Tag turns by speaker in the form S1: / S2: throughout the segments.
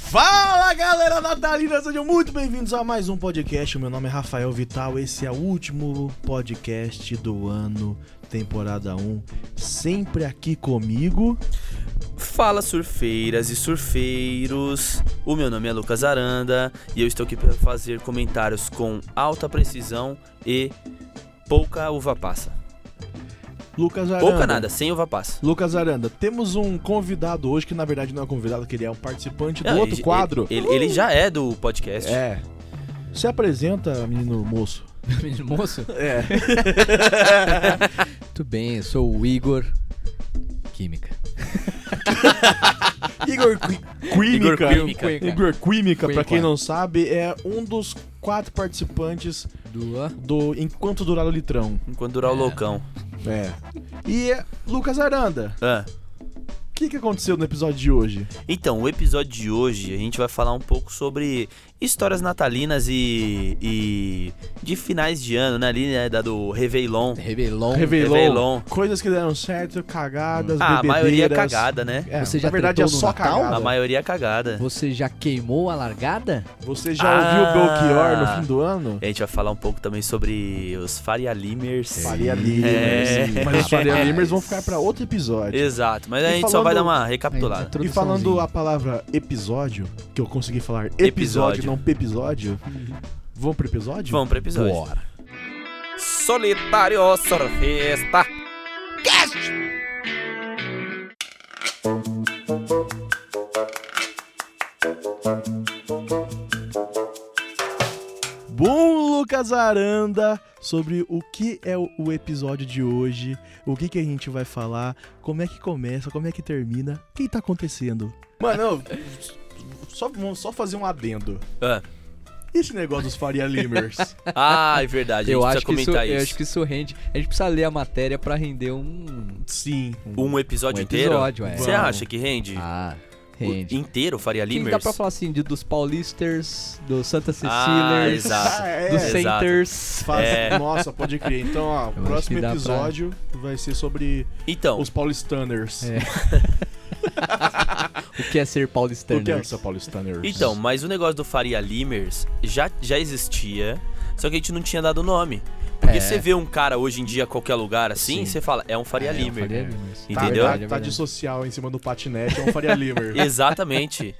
S1: Fala galera natalina, sejam muito bem-vindos a mais um podcast. O meu nome é Rafael Vital, esse é o último podcast do ano, temporada 1. Sempre aqui comigo.
S2: Fala surfeiras e surfeiros. O meu nome é Lucas Aranda e eu estou aqui para fazer comentários com alta precisão e pouca uva passa.
S1: Lucas Aranda.
S2: Pouca nada, sem uva passa.
S1: Lucas Aranda, temos um convidado hoje, que na verdade não é convidado, que ele é um participante do
S2: Não,
S1: outro
S2: ele-
S1: quadro.
S2: Ele, ele já é do podcast.
S1: É. Se apresenta, menino moço.
S3: Menino moço?
S1: É.
S3: Muito bem, eu sou o Igor. Química.
S1: Igor Qui-
S2: Igor
S1: Química.
S2: Química.
S1: Igor Química, pra
S3: Química.
S1: quem não sabe, é um dos quatro participantes
S3: Do...
S1: do Enquanto Durar o Litrão.
S2: Enquanto durar o
S3: É.
S2: loucão.
S1: É. E é, Lucas Aranda,
S2: Ah.
S1: o que, que aconteceu no episódio de hoje?
S2: Então, o episódio de hoje a gente vai falar um pouco sobre histórias natalinas e, e de finais de ano, né? Ali, né? Da do Réveillon.
S3: Rebelon.
S1: Revelou
S2: Revelou.
S1: coisas que deram certo, cagadas,
S2: Ah, a maioria é
S1: bebedeiras.
S2: cagada, né?
S1: É,
S3: Você
S1: na
S3: já
S1: verdade é
S3: tretou no
S1: só
S3: Natal?
S1: cagada.
S2: A maioria é cagada.
S3: Você já queimou a largada?
S1: Você já ouviu
S2: Ah.
S1: o Belchior no fim do ano?
S2: E a gente vai falar um pouco também sobre os Faria
S3: É.
S2: Limers.
S1: Faria Limers.
S2: É.
S1: Mas os Faria
S3: Rapaz.
S1: Limers vão ficar pra outro episódio.
S2: Exato, mas
S1: E
S2: a gente só
S1: falando-
S2: vai dar uma
S3: Aí,
S2: recapitulada.
S1: E
S3: introduçãozinha.
S1: falando a palavra episódio, que eu consegui falar episódio,
S2: Episódio.
S1: não pepisódio, vamos pro episódio?
S2: Vamos pro episódio.
S3: Bora.
S2: Solitário Surfista.
S1: Bom, Lucas Aranda, sobre o que é o o episódio de hoje, o que, que a gente vai falar, como é que começa, como é que termina, o que tá acontecendo. Mano, eu- só, vamos só fazer um adendo.
S2: Ah,
S1: Esse negócio dos Faria Limers.
S2: Ah, é verdade, a gente
S3: Eu
S2: precisa
S3: acho, que isso, é,
S2: comentar
S3: eu
S2: isso.
S3: acho que isso rende. A gente precisa ler a matéria pra render um.
S1: Sim.
S2: Um episódio
S3: Um
S2: inteiro?
S3: episódio, é.
S2: Você
S1: Vamos.
S2: acha que rende?
S3: Ah,
S2: O-
S3: rende.
S2: Inteiro Faria
S3: Que
S2: Limers?
S3: dá pra falar assim de, dos paulisters, dos Santa
S2: Ah,
S3: Cecílias,
S2: exato.
S3: dos
S1: é.
S2: Sem-
S3: centers.
S1: Faz-
S2: É.
S1: Nossa, pode crer. Então, ó,
S3: acho
S1: o próximo
S3: que dá pra-
S1: episódio vai ser sobre
S2: Então,
S1: os paulistaners.
S3: É. O que é ser paulistano?
S1: O que é essa paulistaners?
S2: então, mas o negócio do Faria Limers já, já existia, só que a gente não tinha dado nome. Porque
S3: É.
S2: você vê um cara hoje em dia, qualquer lugar assim,
S3: Sim.
S2: você fala, é um Faria
S3: É, eu
S2: Limer.
S3: faria Limers.
S1: Tá,
S2: Entendeu?
S1: Tá, tá de social em cima do patinete, é um Faria Limer.
S2: Exatamente.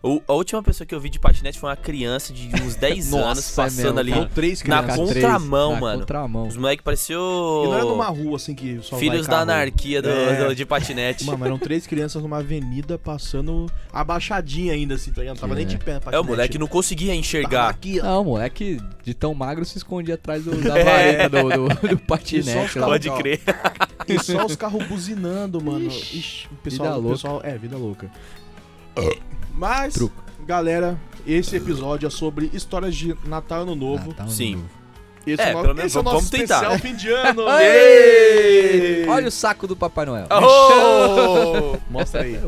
S2: O- a última pessoa que eu vi de patinete foi uma criança de uns 10
S3: Nossa,
S2: anos
S3: é
S2: passando
S3: mesmo,
S2: ali.
S3: cara.
S1: Ou três
S2: Na
S1: crianças.
S3: Três,
S2: contramão,
S3: na
S2: mano.
S3: Contramão.
S2: Os moleques pareciam
S1: E não era numa rua assim que só vai
S2: filhos da
S1: carro.
S2: anarquia do-
S1: É.
S2: do- de patinete.
S1: Mano, eram três crianças numa avenida passando abaixadinha ainda, assim, tá ligado? Não tava
S3: É.
S1: nem de pé na patinete.
S2: é, o moleque não conseguia
S1: Tava
S2: enxergar.
S1: aqui, ó.
S3: Não, moleque de tão magro se escondia atrás do, da
S2: É.
S3: vareta do, do, do
S1: E só os
S3: patinete. lá.
S1: caras-
S2: Pode
S1: Não.
S2: crer.
S1: E só os carros buzinando, mano. Ixi, o pessoal,
S3: vida
S1: o
S3: louca.
S1: pessoal- É, vida louca.
S2: Ah.
S1: Mas,
S3: Truco.
S1: galera, esse episódio é sobre histórias de Natal e Ano Novo.
S3: Natal,
S2: Sim.
S3: Ano Novo.
S1: Esse
S2: É,
S1: o no-
S2: pelo menos
S1: esse é o nosso
S2: vamos tentar.
S1: especial fim de ano.
S2: Ei!
S3: Olha o saco do Papai Noel.
S1: Tá
S2: Ah, Oh!
S1: Mostra aí.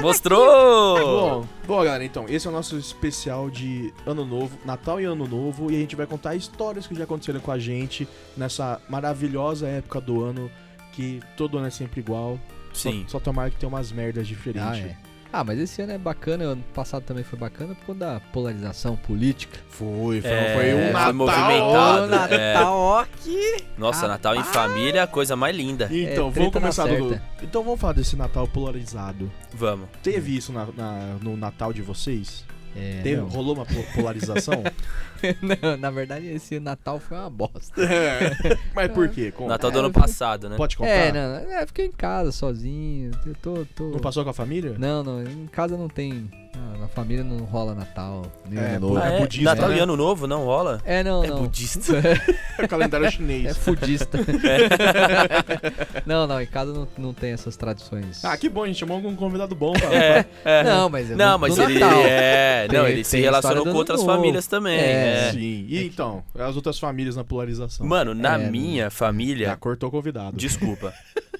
S2: Mostrou!
S1: Tá Bom, bom, galera, então, esse é o nosso especial de Ano Novo, Natal e Ano Novo, e a gente vai contar histórias que já aconteceram com a gente nessa maravilhosa época do ano, que todo ano é sempre igual. Só-
S2: Sim.
S1: Só, tomara que tem umas merdas diferentes.
S3: ah, é. ah, mas esse ano é bacana. Ano passado também foi bacana por conta da polarização política.
S1: Foi, foi,
S2: É,
S1: foi um
S2: foi
S1: Natal.
S2: movimentado.
S3: Ô,
S2: Natal,
S3: ó, que...
S2: Nossa, Natal
S1: Ah!
S2: em família é a coisa mais linda.
S1: Então,
S3: É,
S1: vamos
S3: treta na
S1: começar do.
S3: certa.
S1: Então vamos falar desse Natal polarizado.
S2: Vamos.
S1: Teve isso na- na- no Natal de vocês?
S3: É,
S1: Teve,
S3: não.
S1: rolou uma po- polarização?
S3: Não, na verdade, esse Natal foi uma bosta.
S1: é. Mas por quê? Conta.
S2: Natal do
S3: É,
S2: ano
S3: eu-
S2: passado, né?
S1: Pode contar?
S3: É,
S1: não.
S3: não, é, fiquei em casa sozinho. Eu tô, tô...
S1: passou com a família?
S3: Não, não, em casa não tem. Na, na família não rola Natal, nem
S1: É,
S3: Ano
S1: pô,
S3: Novo.
S2: Ah,
S1: é
S2: é?
S1: budista,
S2: Natal
S1: né?
S2: e Ano Novo não rola?
S3: É, não,
S2: É
S3: não.
S2: budista.
S1: É o calendário
S3: É
S1: chinês.
S3: fudista. não, não, em casa não, não tem essas tradições.
S1: Ah, que bom, a gente chamou algum convidado bom, cara.
S2: É, é.
S3: Não, mas é
S2: Não,
S3: no-
S2: mas
S3: no
S2: ele,
S3: Natal.
S2: é, não,
S3: Tem-
S2: ele se
S3: tem a história
S2: relacionou
S3: do
S2: com
S3: Ano
S2: outras
S3: Novo.
S2: famíles também.
S3: É.
S2: é.
S1: Sim. E então, as outras famílias na polarização.
S2: Mano, na
S3: É,
S2: minha
S1: Então, Já
S2: família,
S1: cortou convidado.
S2: desculpa.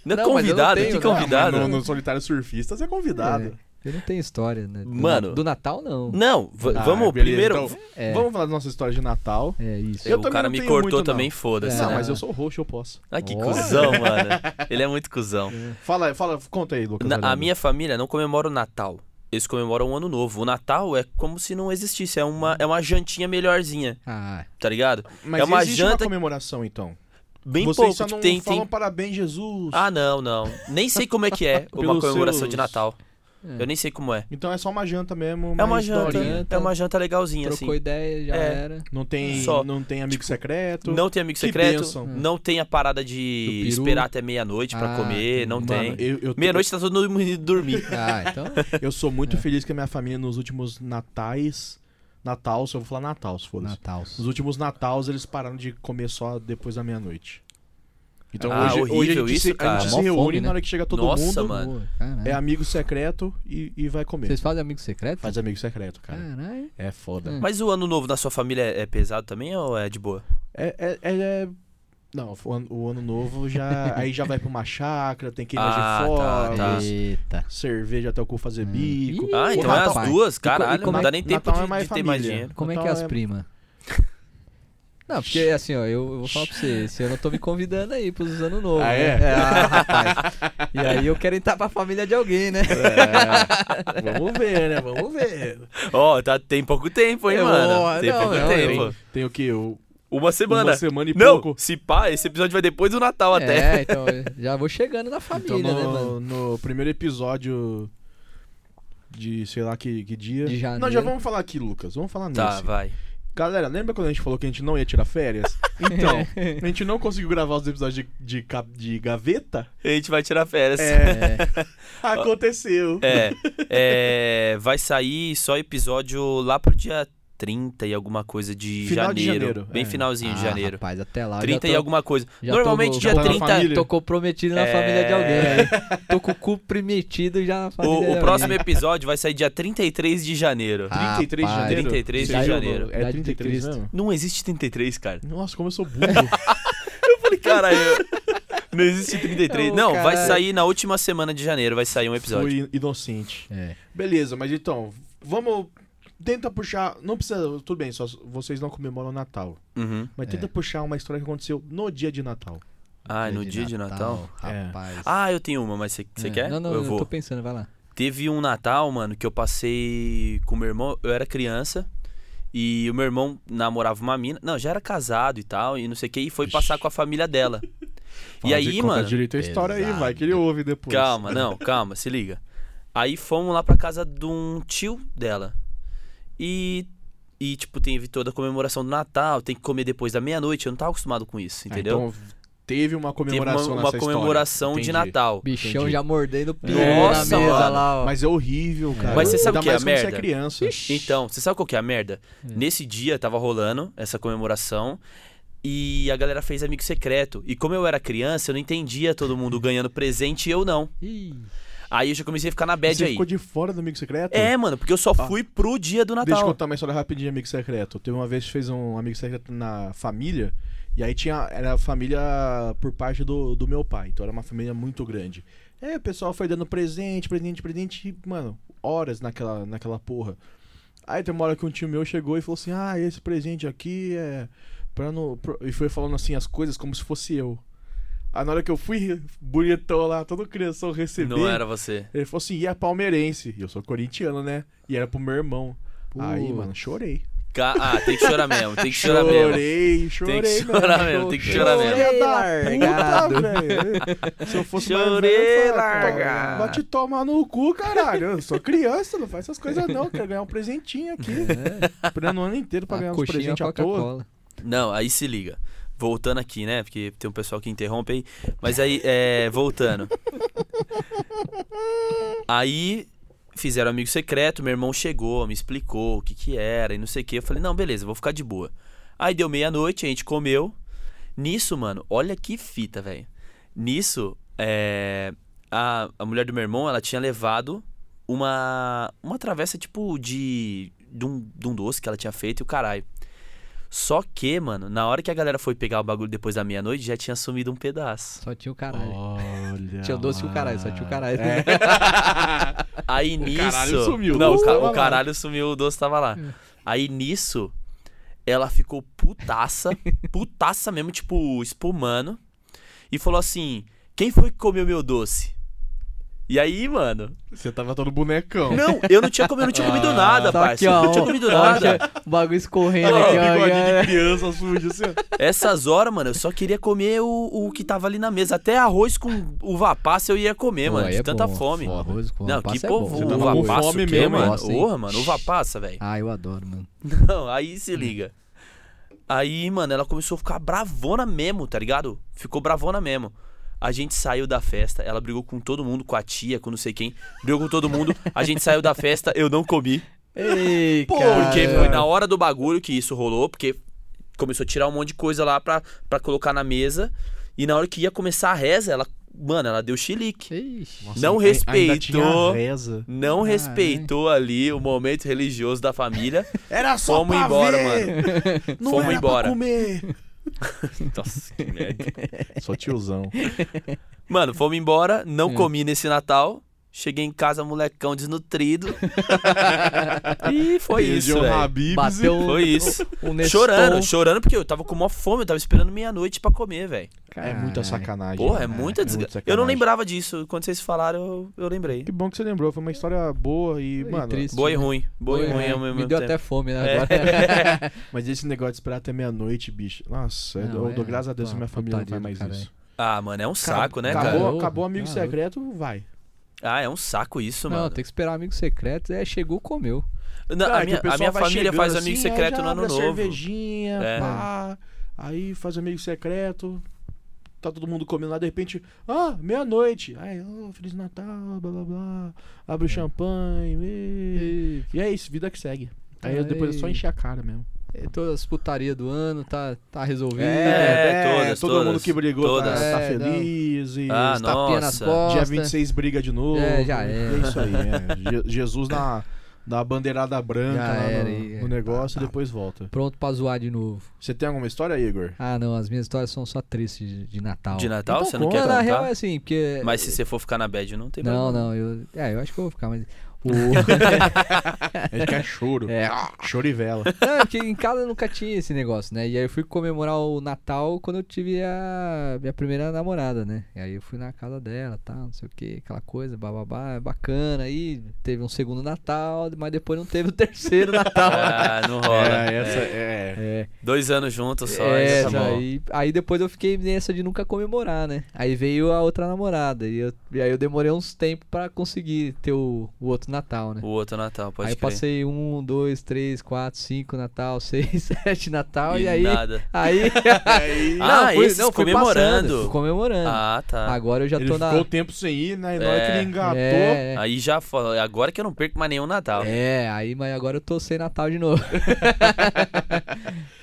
S2: Não,
S3: Não, mas eu não
S2: convidado?
S3: tenho,
S2: que
S3: não.
S2: convidado?
S1: Ah, mas No, no solitário surfistas é convidado.
S3: Eu não tenho história, né? Do-
S2: Mano.
S3: Do Natal, não.
S2: Não, v-
S1: Ah,
S2: vamos
S1: beleza,
S2: primeiro.
S1: então,
S3: É,
S1: Vamos falar da nossa história de Natal.
S3: é isso.
S1: Eu
S2: o
S1: também
S2: cara
S1: não
S2: me
S1: tenho
S2: cortou
S1: muito, não.
S2: também, foda-se.
S1: Não,
S3: É.
S2: né?
S1: mas eu sou roxo, eu posso.
S2: Ai, que
S3: Olha.
S2: cuzão, mano. Ele é muito cuzão.
S1: Fala, fala, conta aí, Lucas.
S2: Na- a
S1: Aranda.
S2: minha família não comemora o Natal. Eles comemoram o Ano Novo. O Natal é como se não existisse. É uma, é uma jantinha melhorzinha,
S3: Ah,
S2: tá ligado?
S1: Mas
S2: é uma
S1: existe
S2: janta-
S1: uma comemoração, então.
S2: Bem
S1: Vocês
S2: pouco.
S1: só
S2: tipo,
S1: não
S2: tem,
S1: falam
S2: tem...
S1: parabéns, Jesus.
S2: Ah, não, não. Nem sei como é que é uma
S1: Pelos
S2: comemoração
S1: seus-
S2: de Natal.
S3: É.
S2: Eu nem sei como é.
S1: Então é só uma janta mesmo.
S2: É uma janta.
S1: historinha. então.
S3: historinha.
S2: É uma janta legalzinha,
S3: trocou
S2: assim.
S3: ideia, já
S2: É.
S3: era.
S1: Não tem,
S2: Só. Tipo,
S1: não tem amigo secreto.
S2: Não tem amigo
S1: Que
S2: secreto,
S1: bênção. Hum.
S2: não tem a parada
S3: Do
S2: de
S3: peru.
S2: esperar até meia-noite pra
S3: Ah,
S2: comer, não
S1: Mano,
S2: tem.
S1: Eu, eu,
S2: Meia-noite tá todo mundo indo dormir.
S3: Ah, então.
S1: eu sou muito
S3: É.
S1: feliz que a minha família nos últimos natais. Natal, se eu vou falar Natal, se foda-se.
S3: Natal.
S1: Nos últimos Natals eles pararam de comer só depois da meia-noite. Então
S2: Ah,
S1: hoje, hoje a
S2: horrível
S1: gente,
S2: isso,
S1: se, a
S2: cara.
S1: gente se
S3: Mó
S1: reúne
S3: fome, né?
S1: na hora que chega todo
S2: Nossa,
S1: mundo.
S2: mano.
S1: É
S3: Caralho.
S1: amigo secreto e, e vai comer.
S3: Vocês fazem amigo secreto?
S1: Faz amigo secreto,
S2: Hum.
S1: cara.
S3: Caralho.
S1: É foda.
S3: Hum.
S2: Mas o ano novo na sua família é é pesado também ou é de boa?
S1: É, é- é- é- Não, o ano, o ano novo já. aí já vai pra uma chácara, tem queima
S2: Ah,
S1: de fora,
S2: Tá.
S3: Eita.
S1: cerveja até o cu fazer
S3: Hum.
S1: bico. tá
S3: Ih,
S2: Ah, então
S1: Natal.
S2: é as duas,
S3: E
S2: caralho.
S3: como
S2: não
S3: é-
S2: dá nem tempo
S1: Natal
S2: de,
S1: é mais
S2: de ter mais
S1: família.
S2: dinheiro.
S3: Como é
S1: Natal
S3: que é as
S1: é-
S3: primas? Não, porque assim, ó, eu, eu vou falar pra você, esse ano eu tô me convidando aí pros ano novo.
S1: Ah, é?
S3: Né? ah, rapaz. E aí eu quero entrar pra família de alguém, né?
S1: É. Vamos ver, né? Vamos ver.
S2: Ó, tá, tem pouco tempo, hein,
S3: É,
S2: mano?
S3: ó,
S2: Tem
S3: não,
S2: pouco
S3: não,
S2: tempo.
S1: Tem, tem o que?
S2: Uma semana.
S1: Uma semana e
S2: não,
S1: pouco.
S2: se pá, esse episódio vai depois do Natal até.
S3: É, então já vou chegando na família,
S1: Então
S3: né, mano?
S1: no, no primeiro episódio de sei lá que, que dia.
S3: De
S1: Não, já
S3: janeiro.
S1: vamos falar aqui, Lucas. Vamos falar
S2: Tá,
S1: nisso.
S2: vai.
S1: Galera, lembra quando a gente falou que a gente não ia tirar férias? Então, a gente não conseguiu gravar os episódios de, de, cap- de gaveta?
S2: A gente vai tirar férias.
S3: É,
S1: Aconteceu.
S2: É, é, vai sair só episódio lá pro dia 30 e alguma coisa de
S1: Final
S2: janeiro.
S1: de janeiro,
S2: Bem
S1: é.
S2: finalzinho de
S3: Ah,
S2: janeiro.
S3: Rapaz, até lá. eu
S2: 30 e
S3: já tô-
S2: alguma coisa.
S3: já
S2: Normalmente
S3: tô-
S2: dia
S1: já tá na
S2: 30.
S1: família.
S3: Tô comprometido na
S2: É.
S3: família de alguém. aí. Tô com o cu prometido já na família
S2: O,
S3: de
S2: o
S3: alguém.
S2: próximo episódio vai sair dia 33 de janeiro.
S3: Ah,
S1: 33 de
S3: Rapaz.
S1: janeiro?
S2: 33 de
S1: Saiu,
S2: janeiro.
S1: É
S3: Idade de
S1: 33
S3: Cristo.
S1: mesmo?
S2: Não existe 33, cara.
S1: Nossa, como eu sou burro.
S2: Falei, cara, eu... não existe 33.
S3: Ô,
S2: não, vai
S3: caralho.
S2: sair na última semana de janeiro, vai sair um
S1: Fui
S2: episódio.
S1: inocente.
S3: É.
S1: Beleza, mas então, vamos. Tenta puxar. Não precisa. Tudo bem, só vocês não comemoram o Natal.
S2: Uhum.
S1: Mas tenta
S3: É.
S1: puxar uma história que aconteceu no dia de Natal.
S2: Ah, no dia de Natal.
S1: É.
S3: Rapaz.
S2: Ah, eu tenho uma, mas você você
S3: É.
S2: quer?
S3: Não, não,
S2: eu vou.
S3: tô pensando, vai lá.
S2: Teve um Natal, mano, que eu passei com meu irmão. Eu era criança e o meu irmão namorava uma mina. Não, já era casado e tal, e não sei o que, e foi passar com a família dela. e
S1: Fala de-
S2: aí,
S1: conta
S2: mano.
S1: direito a história aí,
S3: pesado.
S1: vai, que ele ouve depois. Ah,
S2: Calma, não, calma, se liga. Aí fomos lá pra casa de um tio dela. E. E, tipo, teve toda a comemoração do Natal, tem que comer depois da meia-noite. Eu não tava acostumado com isso,
S1: Ah,
S2: entendeu?
S1: então, teve uma
S2: teve uma,
S1: comemoração
S2: uma
S1: nessa
S2: comemoração
S1: história.
S2: de
S1: Entendi.
S2: Natal.
S3: Bichão
S1: Entendi.
S3: já mordendo o
S2: Nossa,
S3: na mesa
S2: mano.
S3: lá, ó.
S1: Mas é horrível, cara.
S2: Mas você sabe
S1: Ainda
S2: o que é
S1: mais
S2: a
S1: quando Você
S2: merda?
S1: é criança.
S2: Então, você sabe qual que é a merda?
S1: Hum.
S2: Nesse dia tava rolando essa comemoração e a galera fez amigo secreto. E como eu era criança, eu não entendia todo mundo ganhando presente e eu não.
S3: Ih,
S2: Aí eu já comecei a ficar na bad
S1: você
S2: aí.
S1: ficou de Ah. fora do amigo secreto?
S2: É, mano, porque eu só fui pro dia do
S1: Deixa eu
S2: Natal.
S1: contar uma história rapidinho de amigo secreto. Teve uma vez que fez um amigo secreto na família, e aí tinha. Era a família por parte do, do meu pai. Então era uma família muito grande. É, o pessoal foi dando presente, presente, presente, e, mano, horas naquela, naquela porra. Aí tem uma hora que um tio meu chegou e falou assim: Ah, esse presente aqui é. Pra no... pro-" E foi falando assim as coisas como se fosse eu. Aí na hora que eu fui bonitão lá, todo crianção recebi.
S2: Não era você.
S1: Ele falou assim, e é palmeirense. E eu sou corintiano, né? E era pro meu irmão. Aí,
S3: Putz.
S1: mano, chorei.
S2: Ca- Ah, tem que chorar mesmo, tem que chorar mesmo.
S1: Chorei, chorei,
S2: Tem que chorar mesmo, tem que chorar mesmo.
S1: Filha da
S3: Largado.
S1: puta, velho. Se eu fosse mais
S2: Chorei,
S1: velho, eu falava,
S2: largado.
S1: Vai te tomar no cu, caralho. Eu sou criança, não faz essas coisas não. Quero ganhar um presentinho aqui. Esperando o ano inteiro pra
S3: É. a
S1: ganhar uns
S3: coxinha é
S1: presentes à toa.
S3: Coca-Cola.
S2: Não, aí se liga. Voltando aqui, né? Porque tem um pessoal que interrompe aí. Mas aí, é. Voltando. Aí fizeram amigo secreto, meu irmão chegou, me explicou o que que era e não sei o que. Eu falei, não, beleza, vou ficar de boa. Aí deu meia-noite, a gente comeu. Nisso, mano, olha que fita, velho. Nisso, é. A, a mulher do meu irmão, ela tinha levado uma. Uma travessa, tipo, de. De um, de um doce que ela tinha feito e o caralho. Só que, mano, na hora que a galera foi pegar o bagulho depois da meia-noite, já tinha sumido um pedaço.
S3: Só tinha o caralho.
S1: Olha
S2: É,
S3: Tinha o doce e o caralho, só tinha o caralho.
S1: É.
S2: Aí nisso.
S4: caralho sumiu, o
S2: Não, o,
S4: doce
S2: ca-
S4: tava
S2: o
S4: lá.
S2: caralho sumiu, o doce tava lá.
S3: É.
S2: Aí nisso, ela ficou putaça, putaça mesmo, tipo, espumando. E falou assim: Quem foi que comeu meu doce? E aí, mano?
S4: Você tava todo bonecão.
S2: Não, eu não tinha comido, eu não tinha comido nada,
S3: Tá aqui,
S2: parceiro.
S3: ó.
S2: Eu não tinha
S3: ó,
S2: comido
S3: ó,
S2: nada.
S3: O bagulho escorrendo
S4: Olha
S3: aqui,
S4: lá, o
S3: ó.
S4: bigodinho de
S3: cara.
S4: criança sujo, assim, ó.
S2: Essas horas, mano, eu só queria comer o, o que tava ali na mesa. Até arroz com uva passa eu ia comer,
S3: Pô,
S2: mano,
S3: aí
S2: de
S3: é
S2: tanta
S3: bom.
S2: fome.
S3: Arroz com assim.
S2: Não,
S3: alface
S2: que
S3: é
S2: povo,
S3: bom. Você
S4: tava
S2: uva
S4: com
S2: passa
S4: fome
S2: o quê,
S4: mesmo,
S2: mano?
S3: gosta, hein?
S2: Porra, mano, uva passa, velho.
S3: Ah, eu adoro, mano.
S2: Não, Então, aí se liga. Aí, mano, ela começou a ficar bravona mesmo, tá ligado? Ficou bravona mesmo. A gente saiu da festa, ela brigou com todo mundo, com a tia, com não sei quem. Brigou com todo mundo, a gente saiu da festa, eu não comi.
S3: Ei, cara.
S2: Porque foi na hora do bagulho que isso rolou, porque começou a tirar um monte de coisa lá pra, pra colocar na mesa. E na hora que ia começar a reza, ela, mano, ela deu chilique.
S3: Ixi.
S1: Nossa,
S2: Não
S1: ai- ainda tinha
S2: respeitou.
S1: reza.
S2: Não
S3: Caralho.
S2: respeitou ali o momento religioso da família.
S1: Era só
S2: Fomos
S1: pra
S2: embora,
S1: ver.
S2: mano.
S1: Não
S2: Fomos
S1: era
S2: embora.
S1: pra comer.
S2: Nossa, que merda.
S1: Só tiozão.
S2: Mano, fomos embora, não
S1: Hum.
S3: É.
S2: comi nesse Natal. Cheguei em casa, molecão desnutrido. e foi
S4: Beijou
S2: isso,
S4: o
S2: velho.
S4: Habib's
S3: Bateu
S2: Foi isso.
S3: um Neston.
S2: Chorando, chorando porque eu tava com mó fome, eu tava esperando meia-noite pra comer, velho.
S1: É muita sacanagem.
S2: Porra, é
S1: né?
S2: muita desgraça.
S1: sacanagem.
S2: Eu não lembrava disso. Quando vocês falaram, eu, eu lembrei.
S1: Que bom que você lembrou, foi uma história boa e,
S3: E
S1: mano.
S3: triste.
S2: Boa e ruim. Boa e
S3: Foi,
S2: ruim
S3: né?
S2: ao mesmo
S3: Me deu
S2: tempo.
S3: até fome, né?
S2: É.
S3: Agora.
S1: Mas esse negócio de esperar até meia-noite, bicho. Nossa, eu
S3: Não,
S1: dou- eu dou
S3: é
S1: graças a Deus que
S3: uma
S1: minha família não faz
S3: putaria do
S1: mais
S3: caralho.
S1: isso.
S2: Ah, mano, é um saco, né,
S1: acabou,
S2: cara?
S3: cara?
S1: Acabou amigo
S3: Ah,
S1: secreto, vai.
S2: Ah, é um saco isso,
S3: Não,
S2: mano.
S3: tem que esperar amigo secreto. É, chegou, comeu.
S2: Na-
S1: Cara,
S2: Tá, a
S1: que
S2: minha,
S1: o pessoal
S2: a minha
S1: vai
S2: família
S1: chegando
S2: faz
S1: assim,
S2: amigo
S1: aí
S2: secreto
S1: já
S2: no ano
S1: abre a
S2: novo.
S1: cervejinha,
S2: É.
S1: pá. Aí faz amigo secreto. Tá todo mundo comendo lá, de repente, ah, meia-noite. Aí, ô, Feliz Natal, blá blá blá.
S2: É.
S1: Abre o champanhe. E... e é isso, vida que segue. Aí
S3: Aí.
S1: depois é só encher a cara mesmo.
S3: É, Todas as putarias do ano, tá, tá resolvido.
S2: É, todas,
S1: todo
S2: todas,
S1: mundo que brigou
S2: todas.
S1: tá, tá
S3: É, não.
S1: feliz. E tá-
S2: Ah,
S3: Os tapinha nas
S2: Nossa.
S3: costas.
S1: Dia 26 briga de novo.
S3: É, já
S1: é.
S3: era.
S1: isso aí, é. Je- Jesus na, na bandeirada branca
S3: Já
S1: lá no,
S3: era, e-
S2: é.
S1: no negócio
S3: tá,
S1: e
S3: tá.
S1: depois volta.
S3: Pronto pra zoar de novo.
S1: Você tem alguma história, Igor?
S3: Ah, não, as minhas histórias são só tristes de, de Natal.
S2: De Natal,
S1: Então
S2: você não
S1: conta.
S2: quer
S3: Não, na
S2: contar?
S3: real é assim, porque.
S2: Mas se você for ficar na bad, não tem problema.
S3: Não, não, eu. É, eu acho que eu vou ficar, mas. O...
S1: É que é choro.
S3: é,
S1: Choro e vela.
S3: não, porque em casa eu nunca tinha esse negócio, né? E aí eu fui comemorar o Natal quando eu tive a minha primeira namorada, né? E aí eu fui na casa dela, tá, não sei o que, aquela coisa, bababá, é bacana. Aí teve um segundo Natal, mas depois não teve o terceiro Natal.
S2: Ah, não rola.
S1: essa é.
S3: É,
S2: Dois anos juntos só,
S3: é,
S2: isso tá
S3: já,
S2: bom.
S3: aí, aí depois eu fiquei nessa de nunca comemorar, né? Aí veio a outra namorada, e, eu- e aí eu demorei uns tempos pra conseguir ter o, o outro Natal, né?
S2: O outro Natal, pode
S3: aí eu
S2: crer.
S3: passei um, dois, três, quatro, cinco Natal, seis, sete Natal, e, aí.
S2: nada.
S3: Aí.
S2: Ah,
S3: fui-
S2: esses
S3: fui
S2: comemorando.
S3: passando, fui comemorando.
S2: Ah, tá.
S3: Agora eu já
S1: Ele
S3: tô
S1: ficou
S3: na.
S1: um tempo sem ir, né? E na hora que
S2: É.
S1: ele engatou.
S3: é,
S2: Aí já falou. Agora que eu não perco mais nenhum Natal.
S3: é, aí, mas agora eu tô sem Natal de novo.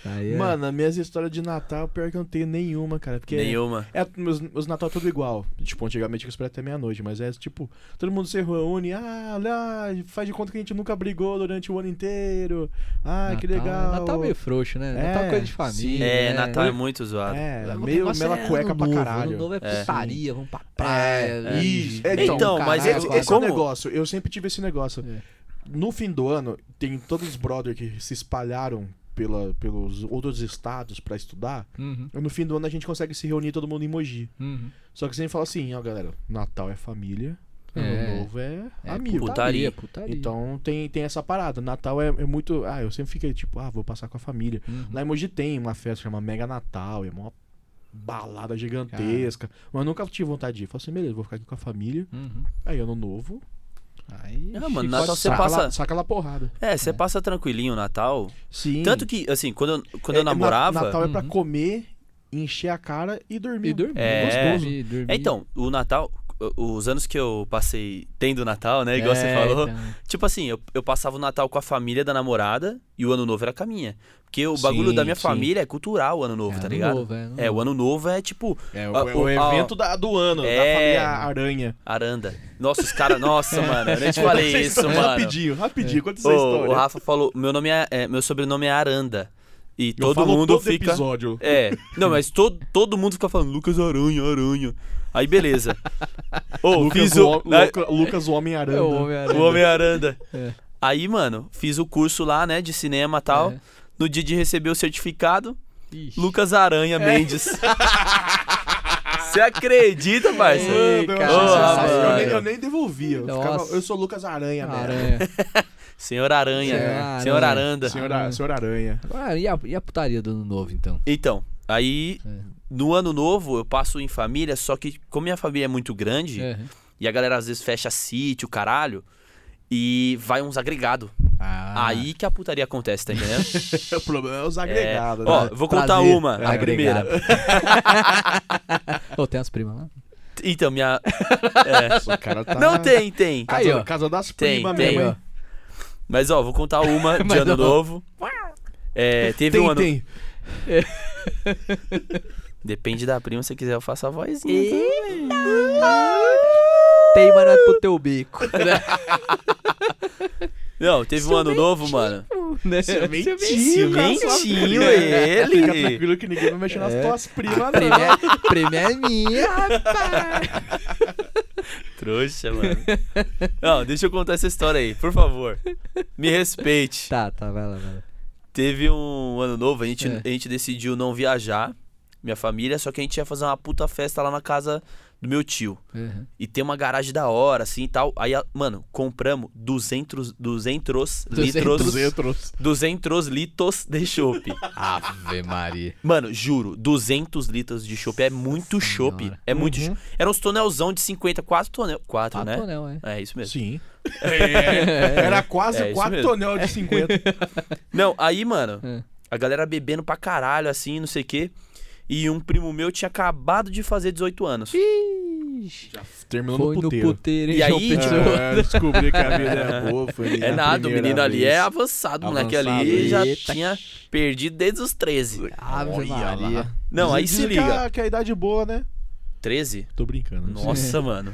S3: aí, é.
S1: Mano, as minhas histórias de Natal, pior que eu não tenho nenhuma, cara. Porque
S2: Nenhuma.
S1: É, meus, meus Natal é tudo igual. Tipo, antigamente eu esperava até meia-noite, mas é tipo, todo mundo se reúne, ah, lá, faz de conta que a gente nunca brigou durante o ano inteiro. Ah, que
S3: Natal, né?
S1: legal.
S3: Natal meio frouxo, né?
S1: É,
S3: Natal é coisa de
S1: sim.
S3: família.
S2: É,
S3: né?
S2: Natal é muito zoado.
S1: É,
S3: O
S1: meio
S3: negócio
S1: mela
S3: é
S1: cueca
S3: ano
S1: pra
S3: novo,
S1: caralho.
S3: Ano novo é
S2: É.
S3: putaria, vamos pra praia.
S1: É, isso.
S3: é,
S1: Então,
S2: Então, mas
S1: Mas
S2: Caralho,
S1: esse,
S2: cara.
S1: esse é o
S2: Como?
S1: negócio. Eu sempre tive esse negócio.
S3: É.
S1: No fim do ano, tem todos os brothers que se espalharam pela, pelos outros estados pra estudar.
S3: Uhum,
S1: E no fim do ano a gente consegue se reunir todo mundo em Mogi.
S3: uhum.
S1: Só que sempre fala assim, ó, galera, Natal é família, ano
S3: É.
S1: novo é,
S3: É
S1: amigo.
S2: Putaria.
S3: putaria, putaria.
S1: Então tem, tem essa parada. Natal é, é muito. Ah, eu sempre fiquei tipo, ah, vou passar com a família.
S3: Uhum.
S1: Lá em Mogi tem uma festa que chama Mega Natal, é uma balada gigantesca. Mas eu nunca tive vontade de ir. Falei assim, beleza, vou ficar aqui com a família.
S3: Uhum.
S1: Aí ano novo.
S3: Aí,
S2: Ah, mano,
S3: chicote-
S2: Natal você
S1: saca
S2: passa.
S1: lá- saca lá porrada.
S2: É, você passa tranquilinho o Natal.
S1: Sim.
S2: Tanto que, assim, quando eu, quando
S1: É,
S2: eu
S1: na-
S2: namorava.
S1: Natal é pra
S3: Uhum.
S1: comer, encher a cara e dormir.
S3: E dormir.
S2: É.
S3: Dormir, dormir.
S2: É, Então, o Natal. Os anos que eu passei tendo Natal, né? Igual você
S3: É,
S2: falou.
S3: então.
S2: Tipo assim, eu, eu passava o Natal com a família da namorada e o ano novo era com a minha. Porque o bagulho
S1: Sim,
S2: da minha
S1: sim.
S2: família é cultural o ano novo,
S3: É,
S2: tá
S3: ano
S2: ligado?
S3: novo, é, ano
S2: é, o ano novo é tipo
S1: É
S2: o- é o evento
S1: da, do ano,
S2: da família
S1: Aranha.
S2: Aranda. Nossa, os caras. Nossa, mano, eu nem te falei isso, mano.
S1: Rapidinho, rapidinho, conta essa
S2: Ô,
S1: história.
S2: o Rafa falou: meu, nome é, é- meu sobrenome é Aranda. E
S1: Eu
S2: todo
S1: falo
S2: mundo
S1: todo
S2: fica.
S1: episódio.
S2: É. Não, mas todo, todo mundo fica falando Lucas Aranha, Aranha. Aí beleza. Ô,
S1: Lucas,
S2: fiz
S1: o,
S2: o, né?
S1: Lu- Luca- Lucas o Homem-Aranha.
S3: É o Homem-Aranha.
S2: o Homem-Aranda.
S3: É.
S2: Aí, mano, fiz o curso lá, né, de cinema e tal.
S3: É.
S2: No dia de receber o certificado,
S3: Ixi.
S2: Lucas
S1: É.
S2: Aranha Mendes. Você acredita, parça?
S3: Ei,
S1: Meu Deus,
S3: cara.
S2: Porra,
S1: eu, nem,
S2: mano.
S1: eu nem devolvia. Eu,
S3: Nossa.
S1: ficava- eu sou Lucas Aranha, né?
S3: Aranha.
S2: Senhor Aranha.
S3: Senhor
S2: Senhor
S3: Aranha.
S2: Aranda.
S1: Senhor, Ar- Senhor Aranha.
S3: Ah, e, a, e a putaria do ano novo, então?
S2: Então, aí
S3: É.
S2: no ano novo eu passo em família, só que como minha família é muito grande
S3: É.
S2: e a galera às vezes fecha sítio, caralho, e vai uns agregado.
S3: Ah.
S2: Aí que a putaria acontece, tá entendendo?
S1: O problema é os
S2: É.
S1: agregados, né?
S2: Ó, vou contar
S3: Prazer.
S2: uma, a
S3: Agregado.
S2: primeira.
S3: Ô, tem as primas lá?
S2: Então, minha
S1: Nossa, o cara tá...
S2: Não tem, tem.
S3: Aí,
S1: Casa,
S3: ó.
S1: casa das
S2: Tem,
S1: primas
S2: tem,
S1: mesmo.
S2: ó.
S1: hein?
S2: Mas ó, vou contar uma de
S3: Mas
S2: ano
S3: não.
S2: novo. É, teve um
S1: Tem,
S2: ano.
S1: tem.
S2: Depende da prima, se quiser eu faço a vozinha. tá? também.
S3: Tem, mas não é pro teu bico.
S2: Não, teve um ano novo, mano.
S3: né?
S1: Ciumentinho,
S2: Ciumentinho,
S1: Fica
S2: ele.
S1: tranquilo que ninguém vai mexer nas
S3: É.
S1: tuas primas, não.
S3: Prêmio é, prêmio é minha, rapaz.
S2: Trouxa, mano. Não, deixa eu contar essa história aí, por favor. Me respeite.
S3: Tá, tá, vai lá, vai lá.
S2: Teve um ano novo, a gente,
S3: É.
S2: a gente decidiu não viajar, minha família, só que a gente ia fazer uma puta festa lá na casa do meu tio.
S3: Uhum.
S2: E tem uma garagem da hora, assim e tal. Aí, a- mano, compramos 200, 200
S3: 200.
S2: litros.
S1: Os entros.
S2: 200 litros de chopp.
S3: Ave Maria.
S2: Mano, juro, 200 litros de chopp é muito chopp.
S3: Senhora.
S2: É muito
S3: Uhum.
S2: chopp. Era uns tonelzão de 50, quase tonel. 4,
S3: Tá,
S2: né?
S3: né? não, é.
S2: É isso mesmo.
S5: Sim.
S1: Era quase
S2: É isso
S1: 4
S2: mesmo. É.
S1: tonel de 50.
S2: Não, aí, mano,
S3: É.
S2: a galera bebendo pra caralho, assim, não sei o quê. E um primo meu tinha acabado de fazer 18 anos.
S3: Ixi,
S1: Terminou
S3: Foi
S1: no
S3: no
S1: puteiro.
S3: puteiro, hein,
S2: E
S3: João
S2: aí,
S3: Pedro?
S1: É, descobri que a vida é boa, foi ali
S2: É
S1: na
S2: nada, o
S1: primeira
S2: menino ali é
S1: vez.
S2: avançado, o moleque
S1: Avançado.
S2: ali já
S3: Eita.
S2: tinha perdido desde os 13.
S3: Ave
S1: Olha
S3: Maria.
S1: lá.
S2: Não, aí
S1: Dizem
S2: se
S1: que a-
S2: liga.
S1: Que, a idade boa, né?
S2: 13?
S1: Tô brincando.
S2: Nossa, mano.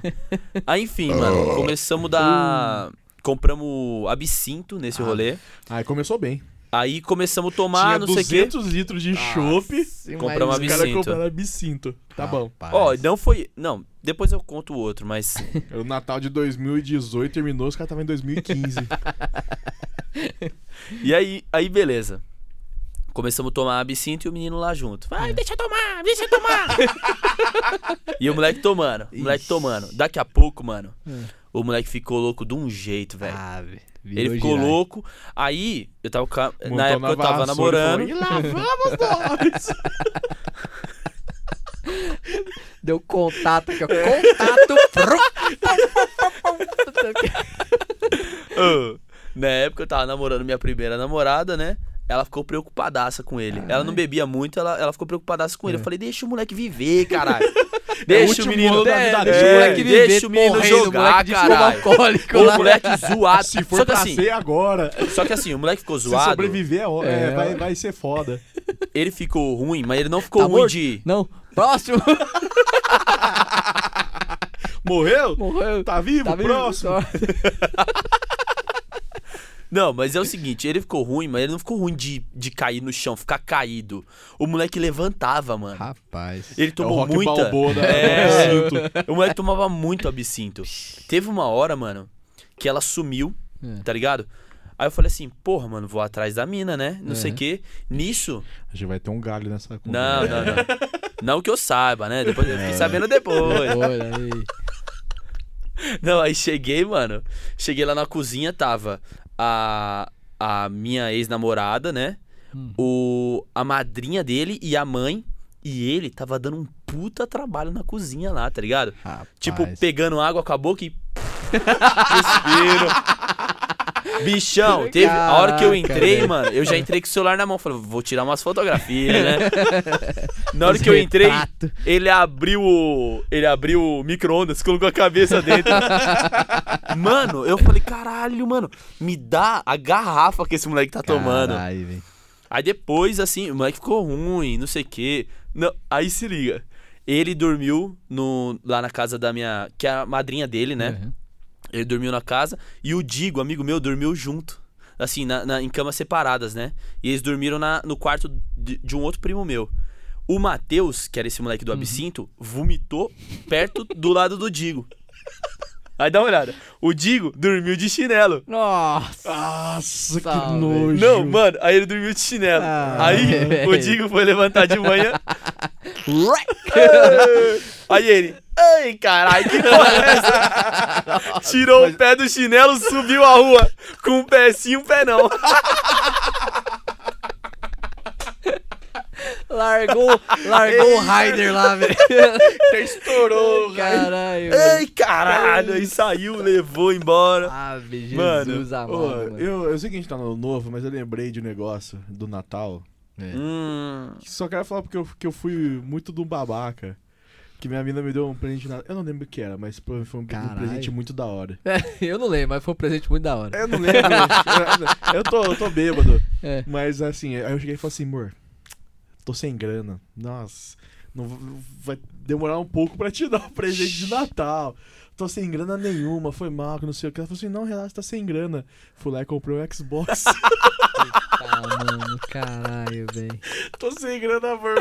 S2: Aí, enfim, mano, começamos da. Compramos absinto nesse
S1: Uh. Ah,
S2: rolê.
S1: Aí começou bem.
S2: Aí começamos a tomar,
S1: Tinha
S2: não sei o quê.
S1: 200 litros de chope.
S2: Comprar uma
S1: Os caras
S2: absinto.
S1: compraram bicinto. Tá bom.
S2: Ó, não foi. Não, depois eu conto o outro, mas.
S1: O Natal de 2018 terminou, os caras estavam em 2015.
S2: E aí, aí beleza. Começamos a tomar absinto e o menino lá junto.
S1: É.
S2: Vai, deixa eu tomar, deixa eu tomar. e o moleque tomando, o moleque tomando. Daqui a pouco, mano,
S1: É.
S3: Hum.
S2: o moleque ficou louco de um jeito,
S1: Ah,
S2: velho.
S3: Ave. virou
S2: Ele ficou
S3: girai.
S2: louco. Aí, eu tava. ca-
S1: né? Montou
S2: na época eu tava
S1: vassoura e falou,
S2: namorando.
S1: "E lá vamos nós!
S3: Deu contato aqui, ó. Contato. frum.
S2: Ah, Na época eu tava namorando minha primeira namorada, né? Ela ficou preocupadaça com ele. Ela não bebia muito, ela, ela ficou preocupadaça com ele. Eu falei, deixa o moleque viver, caralho. deixa o
S1: É. último
S2: menino.
S1: ano da vida
S2: deixa
S1: dele.
S2: o moleque viver, deixa o menino
S3: porra, aí, do
S2: jogar,
S3: moleque de fumo
S2: caralho.
S3: alcoólico
S2: O
S3: lá.
S2: moleque zoado.
S1: Se
S2: só
S1: for
S2: que
S1: pra
S2: assim,
S1: ser agora,
S2: só que assim, o moleque ficou
S1: se
S2: zoado.
S1: sobreviver, é, ó- é,
S3: É.
S1: vai, vai ser foda.
S2: Ele ficou ruim, mas ele não ficou
S3: Tá
S2: ruim
S3: morto?
S2: de.
S3: Não, próximo.
S1: Morreu?
S3: Morreu.
S1: Tá vivo?
S3: Tá vivo?
S1: Próximo.
S2: Não, mas é o seguinte, ele ficou ruim, mas ele não ficou ruim de, de cair no chão, ficar caído. O moleque levantava, mano.
S3: Rapaz.
S2: Ele
S1: É o
S2: tomou
S1: Rock
S2: muita.
S1: Balboa da-
S2: É.
S1: do absinto.
S2: O moleque tomava muito absinto. Teve uma hora, mano, que ela sumiu,
S3: É.
S2: tá ligado? Aí eu falei assim, porra, mano, vou atrás da mina, né? Não sei o
S3: Uhum.
S2: quê. Nisso.
S1: A gente vai ter um galho nessa
S2: Não, não, não. Não que eu saiba, né? Depois eu fiquei
S3: É.
S2: sabendo
S3: Olha
S2: depois.
S3: aí.
S2: Não, aí cheguei, mano. Cheguei lá na cozinha, tava a, a minha ex-namorada, né?
S3: Hum.
S2: O, a madrinha dele e a mãe. E ele tava dando um puta trabalho na cozinha lá, tá ligado?
S3: Rapaz.
S2: Tipo, pegando água com a boca e. Respiro. Bichão, teve. A hora que eu
S3: Caraca,
S2: entrei,
S3: velho.
S2: mano, eu já entrei com o celular na mão. Falei, vou tirar umas fotografias, né? na hora que eu entrei,
S3: Retrato.
S2: ele abriu o. Ele abriu o micro-ondas, colocou a cabeça dentro. mano, eu falei, caralho, mano, me dá a garrafa que esse moleque tá tomando.
S3: Caralho, velho.
S2: Aí depois, assim, o moleque ficou ruim, não sei o quê. Não, aí se liga. Ele dormiu no, lá na casa da minha. Que é a madrinha dele, né?
S3: Uhum.
S2: Ele dormiu na casa. E o Digo, amigo meu, dormiu junto. Assim, na, na- em camas separadas, né? E eles dormiram na- no quarto de, de um outro primo meu. O Matheus, que era esse moleque do absinto, vomitou perto do lado do Digo. Aí dá uma olhada. O Digo dormiu de chinelo.
S3: Nossa!
S5: Nossa, que
S3: Salve.
S5: nojo.
S2: Não, mano, aí ele dormiu de chinelo.
S3: Ah,
S2: aí
S3: velho.
S2: o Digo foi levantar de manhã. aí ele. Ai, caralho, que porra é essa? Tirou o pé do chinelo, subiu a rua. Com um pé sim, um pé não.
S3: Largou, largou o Raider lá, velho.
S2: Estourou,
S3: Caralho. velho.
S2: Ai, caralho. Aí saiu, levou embora.
S3: Ave Jesus
S2: Mano,
S1: Ô,
S3: amado, mano.
S1: eu, eu sei que a gente tá no ano novo, mas eu lembrei de um negócio do Natal.
S2: Hum.
S1: que Só quero falar porque eu, que eu fui muito do babaca. Que minha mina me deu um presente de Natal. Eu não lembro o que era, mas pô, foi um, um
S3: Caralho.
S1: presente muito da hora.
S3: Eu não lembro, mas foi um presente muito da hora.
S1: Eu não lembro. eu- eu, tô, eu tô bêbado.
S3: É.
S1: Mas assim, aí eu cheguei e falei assim, amor, tô sem grana. Nossa, não v- vai demorar um pouco pra te dar o presente de Natal. Tô sem grana nenhuma, foi mal, que não sei o que. Ela falou assim, não, relaxa, tá sem grana. Fui lá e comprei um Xbox.
S3: Ah, mano, caralho, velho.
S1: tô sem grana, amor.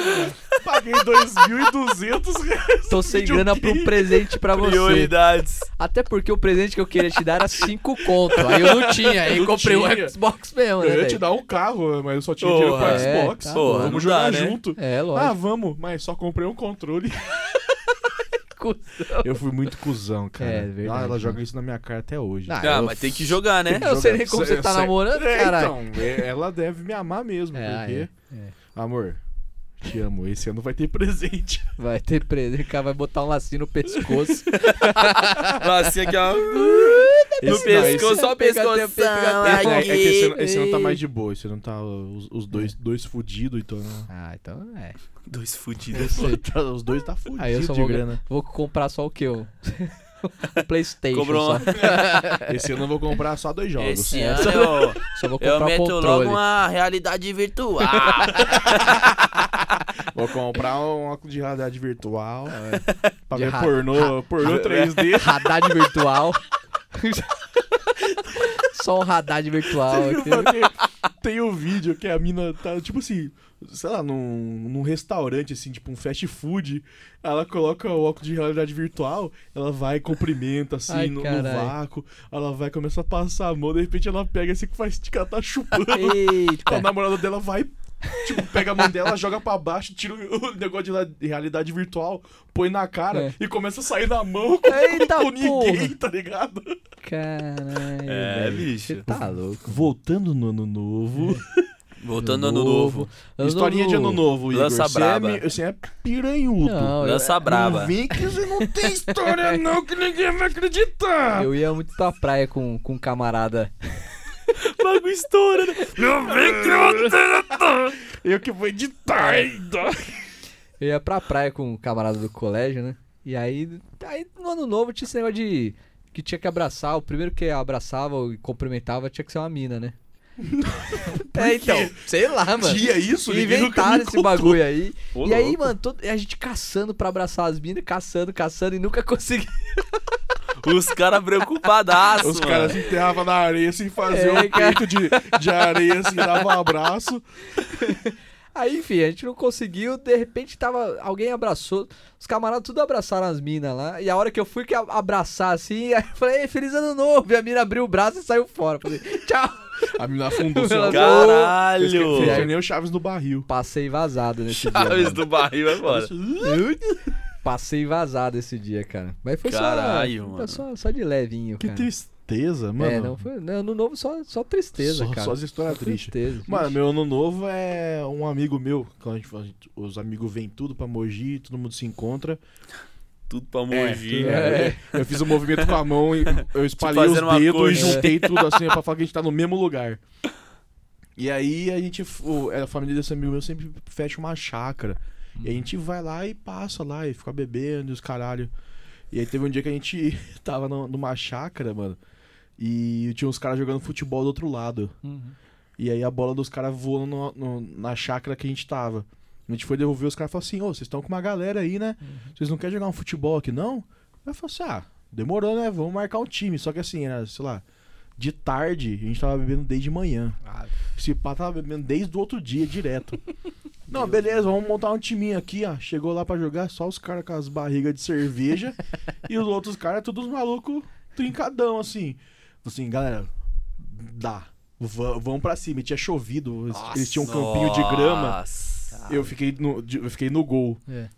S1: Paguei 2.200 reais.
S3: Tô sem grana pra um presente pra você.
S2: Prioridades.
S3: Até porque o presente que eu queria te dar era 5 conto. Aí eu não tinha, aí
S1: Não
S3: comprei
S1: tinha.
S3: um Xbox mesmo, né,
S1: Eu ia te
S3: velho?
S1: dar um carro, mas eu só tinha dinheiro pra
S2: Porra,
S3: é,
S1: Xbox.
S3: tá
S2: bom. Não
S1: vamos jogar
S2: dá, né?
S1: junto.
S3: É,
S1: Ah,
S3: lógico.
S1: vamos, mas só comprei um controle. Eu fui muito cuzão, cara.
S3: É, verdade,
S1: Ah, ela joga
S3: mano.
S1: isso na minha cara até hoje.
S3: Ah,
S2: Ah,
S3: eu-
S2: mas tem que jogar, né?
S3: Eu sei nem como você tá
S1: Sei-
S3: namorando,
S1: É,
S3: caralho.
S1: Então, é, ela deve me amar mesmo,
S3: É,
S1: porque...
S3: é, é.
S1: Amor, te amo. Esse ano vai ter presente.
S3: Vai ter presente, o cara vai botar um lacinho no pescoço.
S2: Lacinha assim, aqui, ó. No
S1: Esse- não, esse-
S2: pescoço, só o
S3: Pega
S2: pescoço.
S3: tempo, pega
S1: É, não, é que esse, ano-
S3: Aqui.
S1: esse ano tá mais de boa. Esse ano tá os, os dois,
S3: É.
S1: dois fudidos, então... né?
S3: Ah, então é.
S2: Dois
S3: Eu
S2: fudidos.
S3: sei.
S1: Tá- Os dois tá fudido
S3: Aí eu só
S1: de
S3: vou,
S1: grana.
S3: vou comprar só o que eu. o PlayStation.
S2: Cobrou
S3: Só.
S2: uma-
S1: Esse ano eu vou comprar só dois jogos.
S2: Esse
S3: É,
S2: ano eu,
S3: só vou
S2: eu
S3: comprar o
S2: meto
S3: controle.
S2: logo uma realidade virtual.
S1: Vou comprar um óculos de realidade virtual. é. Pra
S3: De
S1: ver
S3: ra-
S1: pornô, pornô 3D.
S3: Radar de virtual. só um radar de virtual. aqui.
S1: Porque Tem o vídeo que a mina tá, tipo assim, sei lá, num, num restaurante, assim, tipo um fast food. Ela coloca o óculos de realidade virtual, ela vai, cumprimenta, assim,
S3: Ai,
S1: no, no
S3: carai.
S1: vácuo. Ela vai, começa a passar a mão, de repente ela pega assim, faz que ela tá chupando. A
S3: Eita.
S1: namorada dela vai, tipo, pega a mão dela, joga pra baixo, tira o negócio de la- de realidade virtual, põe na cara
S3: É.
S1: e começa a sair na mão com,
S3: Eita,
S1: com ninguém,
S3: porra.
S1: tá ligado?
S3: Caralho.
S2: É,
S3: velho.
S2: bicho.
S3: Você tá louco.
S5: Voltando no ano novo.
S2: Voltando ano novo.
S3: Ano
S1: Historinha de ano novo, Igor.
S2: Lança
S1: você,
S2: braba.
S1: É, me- você é piranhudo.
S3: Não, eu-
S2: Lança braba.
S1: Não vem que você não tem história não, que ninguém vai acreditar.
S3: Eu ia muito pra praia com, com um camarada.
S2: Bagulho estoura. né? Não vem que eu
S1: Eu que vou editar ainda.
S3: Eu ia pra praia com um camarada do colégio, né? E aí, aí no ano novo tinha esse negócio de. Que tinha que abraçar, o primeiro que abraçava e cumprimentava tinha que ser uma mina, né? é, então, sei lá, mano.
S1: Dia isso? Ninguém nunca me
S3: Inventaram esse
S1: contou.
S3: bagulho aí.
S2: Ô,
S3: e aí,
S2: louco.
S3: mano, todo- a gente caçando pra abraçar as minas, caçando, caçando e nunca consegui.
S2: Os caras preocupadaço,
S1: Os assim,
S2: mano.
S1: caras se enterravam na areia sem fazer
S3: É,
S1: um
S3: cara.
S1: peito de, de areia, assim, dava um abraço.
S3: Aí, enfim, a gente não conseguiu, de repente tava. Alguém abraçou, os camaradas tudo abraçaram as minas lá. E a hora que eu fui que a- abraçar assim, aí eu falei, Ei, feliz ano novo! E a mina abriu o braço e saiu fora. Falei, tchau!
S1: A menina afundou seu
S3: Ela-
S2: Caralho.
S1: Você nem o Chaves no barril.
S3: Passei vazado nesse dia.
S2: Chaves
S3: mano.
S2: do barril é agora.
S3: Passei vazado esse dia, cara. Mas foi
S2: Caralho,
S3: só,
S2: mano.
S3: Só, só de levinho,
S1: Que
S3: cara.
S1: tristeza, mano.
S3: É, não foi. Não, no novo só, só tristeza,
S1: Só-
S3: cara.
S1: só as histórias
S3: Só
S1: tristes.
S3: tristeza,
S1: Mano,
S3: vixe.
S1: meu ano novo é um amigo meu. Quando a gente, fala, os amigos vêm tudo pra Mogi, todo mundo se encontra.
S2: Tudo pra Mogi.
S3: É.
S1: Eu fiz um movimento com a mão, e eu espalhei
S2: Tipo,
S1: os
S2: né? fazendo uma
S1: dedos
S2: cor,
S1: e
S2: né?
S1: juntei tudo assim pra falar que a gente tá no mesmo lugar. E aí a gente. o- é, A família desse amigo meu sempre fecha uma chácara. E a
S2: Uhum.
S1: gente vai lá e passa lá e fica bebendo e os caralho. E aí teve um dia que a gente tava no- numa chácara, mano. E tinha uns caras jogando futebol do outro lado.
S3: Uhum.
S1: E aí a bola dos caras voou no- no- na chácara que a gente tava. A gente foi devolver, os caras falaram assim, ô, vocês estão com uma galera aí, né? Vocês não querem jogar um futebol aqui, não? Aí eu falei assim, ah, demorou, né? Vamos marcar um time. Só que assim, era, sei lá, de tarde, a gente tava bebendo desde manhã. Esse pá tava bebendo desde o outro dia, direto. Não, beleza, vamos montar um timinho aqui, ó. Chegou lá pra jogar, só os caras com as barrigas de cerveja e os outros caras, todos malucos trincadão, assim. Falei assim, galera, dá. Va- Vamos pra cima. E tinha chovido, eles- eles tinham um campinho de grama.
S2: Nossa.
S1: Eu fiquei no, de- eu fiquei no gol.
S3: É.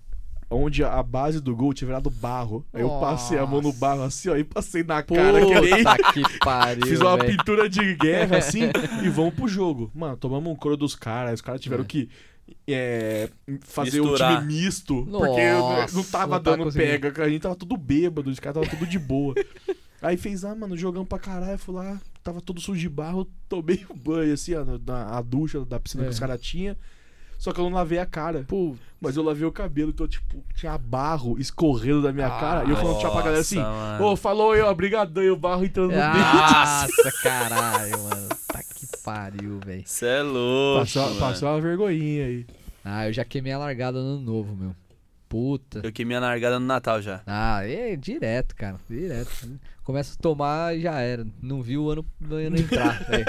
S1: Onde a base do gol tinha virado barro. Aí eu passei a mão no
S3: Nossa.
S1: barro assim, ó, e passei na cara. que nem-
S3: Puta que pariu.
S1: Fiz uma
S3: velho.
S1: pintura de guerra, assim, e vamos pro jogo. Mano, tomamos um couro dos caras. Os caras tiveram
S3: É.
S1: que é, fazer um
S2: Misturar.
S1: time misto.
S3: Nossa,
S1: porque eu não tava
S3: não tá
S1: dando
S3: conseguindo.
S1: pega. A gente tava tudo bêbado, os caras tava tudo de boa. Aí fez, ah, mano, jogamos pra caralho. Fui lá, tava todo sujo de barro. Tomei o banho, assim, ó, na, a ducha da piscina
S3: É.
S1: que os caras tinham. Só que eu não lavei a cara.
S3: Pô,
S1: Mas eu lavei o cabelo, então, tipo, tinha barro escorrendo da minha cara. E eu falando tchau pra galera assim:
S2: Ah, Nossa, mano.
S1: Ô, falou aí, ó, brigadão, e o barro entrando
S3: Ah,
S1: no dente.
S3: Nossa, caralho, mano. Tá que pariu, velho.
S2: Cê é louco.
S1: Passou,
S2: mano.
S1: passou uma vergonhinha aí.
S3: Ah, eu já queimei a largada no ano novo, meu. Puta.
S2: Eu queimei a largada no Natal já.
S3: Ah, é direto, cara. Direto. Começa a tomar e já era. Não viu o ano, o ano entrar, velho.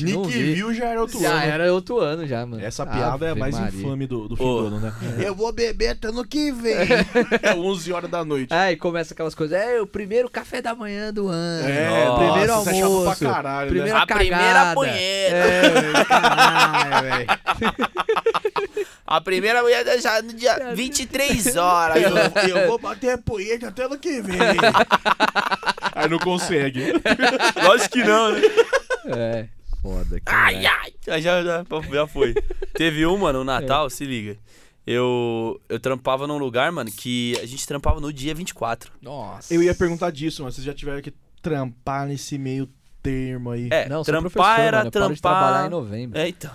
S3: Não vi.
S1: já era outro
S3: Já era outro ano já, mano. Ah,
S1: Essa
S3: Ave
S1: piada é a mais
S3: Maria.
S1: infame do, do fim
S2: Ô.
S1: do ano, né? Eu vou beber até ano que vem. é 11 horas da noite.
S3: Aí Ah, começa aquelas coisas. É, o primeiro café da manhã do ano.
S1: É,
S2: Nossa,
S1: primeiro
S3: isso é chato
S1: almoço.
S3: pra
S1: caralho, né?
S3: Primeira
S2: A primeira
S3: cagada.
S2: punheta.
S3: É, caralho, velho.
S2: A primeira mulher da já no dia 23 horas.
S1: Eu, vou bater punheta até ano que vem. Aí não consegue.
S2: Lógico que não, né?
S3: É, foda.
S2: Ai,
S3: Caralho.
S2: ai. Aí Já, já, já foi. Teve um, mano, no Natal,
S3: É.
S2: se liga. Eu, eu trampava num lugar, mano, que a gente trampava no dia 24.
S3: Nossa.
S1: Eu ia perguntar disso, mas vocês já tiveram que trampar nesse meio termo aí.
S2: É,
S3: Não, sou
S2: trampar
S3: professor,
S2: era
S3: mano, eu paro
S2: trampar.
S3: de trabalhar em novembro.
S2: É, então.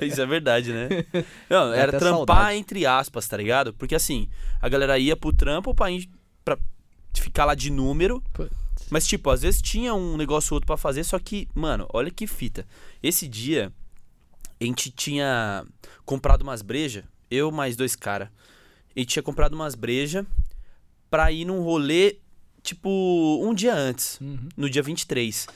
S1: É.
S2: Isso é verdade, né? Não,
S3: Dá
S2: era
S3: até
S2: trampar
S3: saudade.
S2: entre aspas, tá ligado? Porque assim, a galera ia pro trampo pra, in- pra ficar lá de número.
S3: Putz.
S2: Mas, tipo, às vezes tinha um negócio ou outro pra fazer, só que, mano, olha que fita. Esse dia, a gente tinha comprado umas brejas, eu mais dois caras. A gente tinha comprado umas brejas pra ir num rolê, tipo, um dia antes
S3: Uhum.
S2: no dia 23.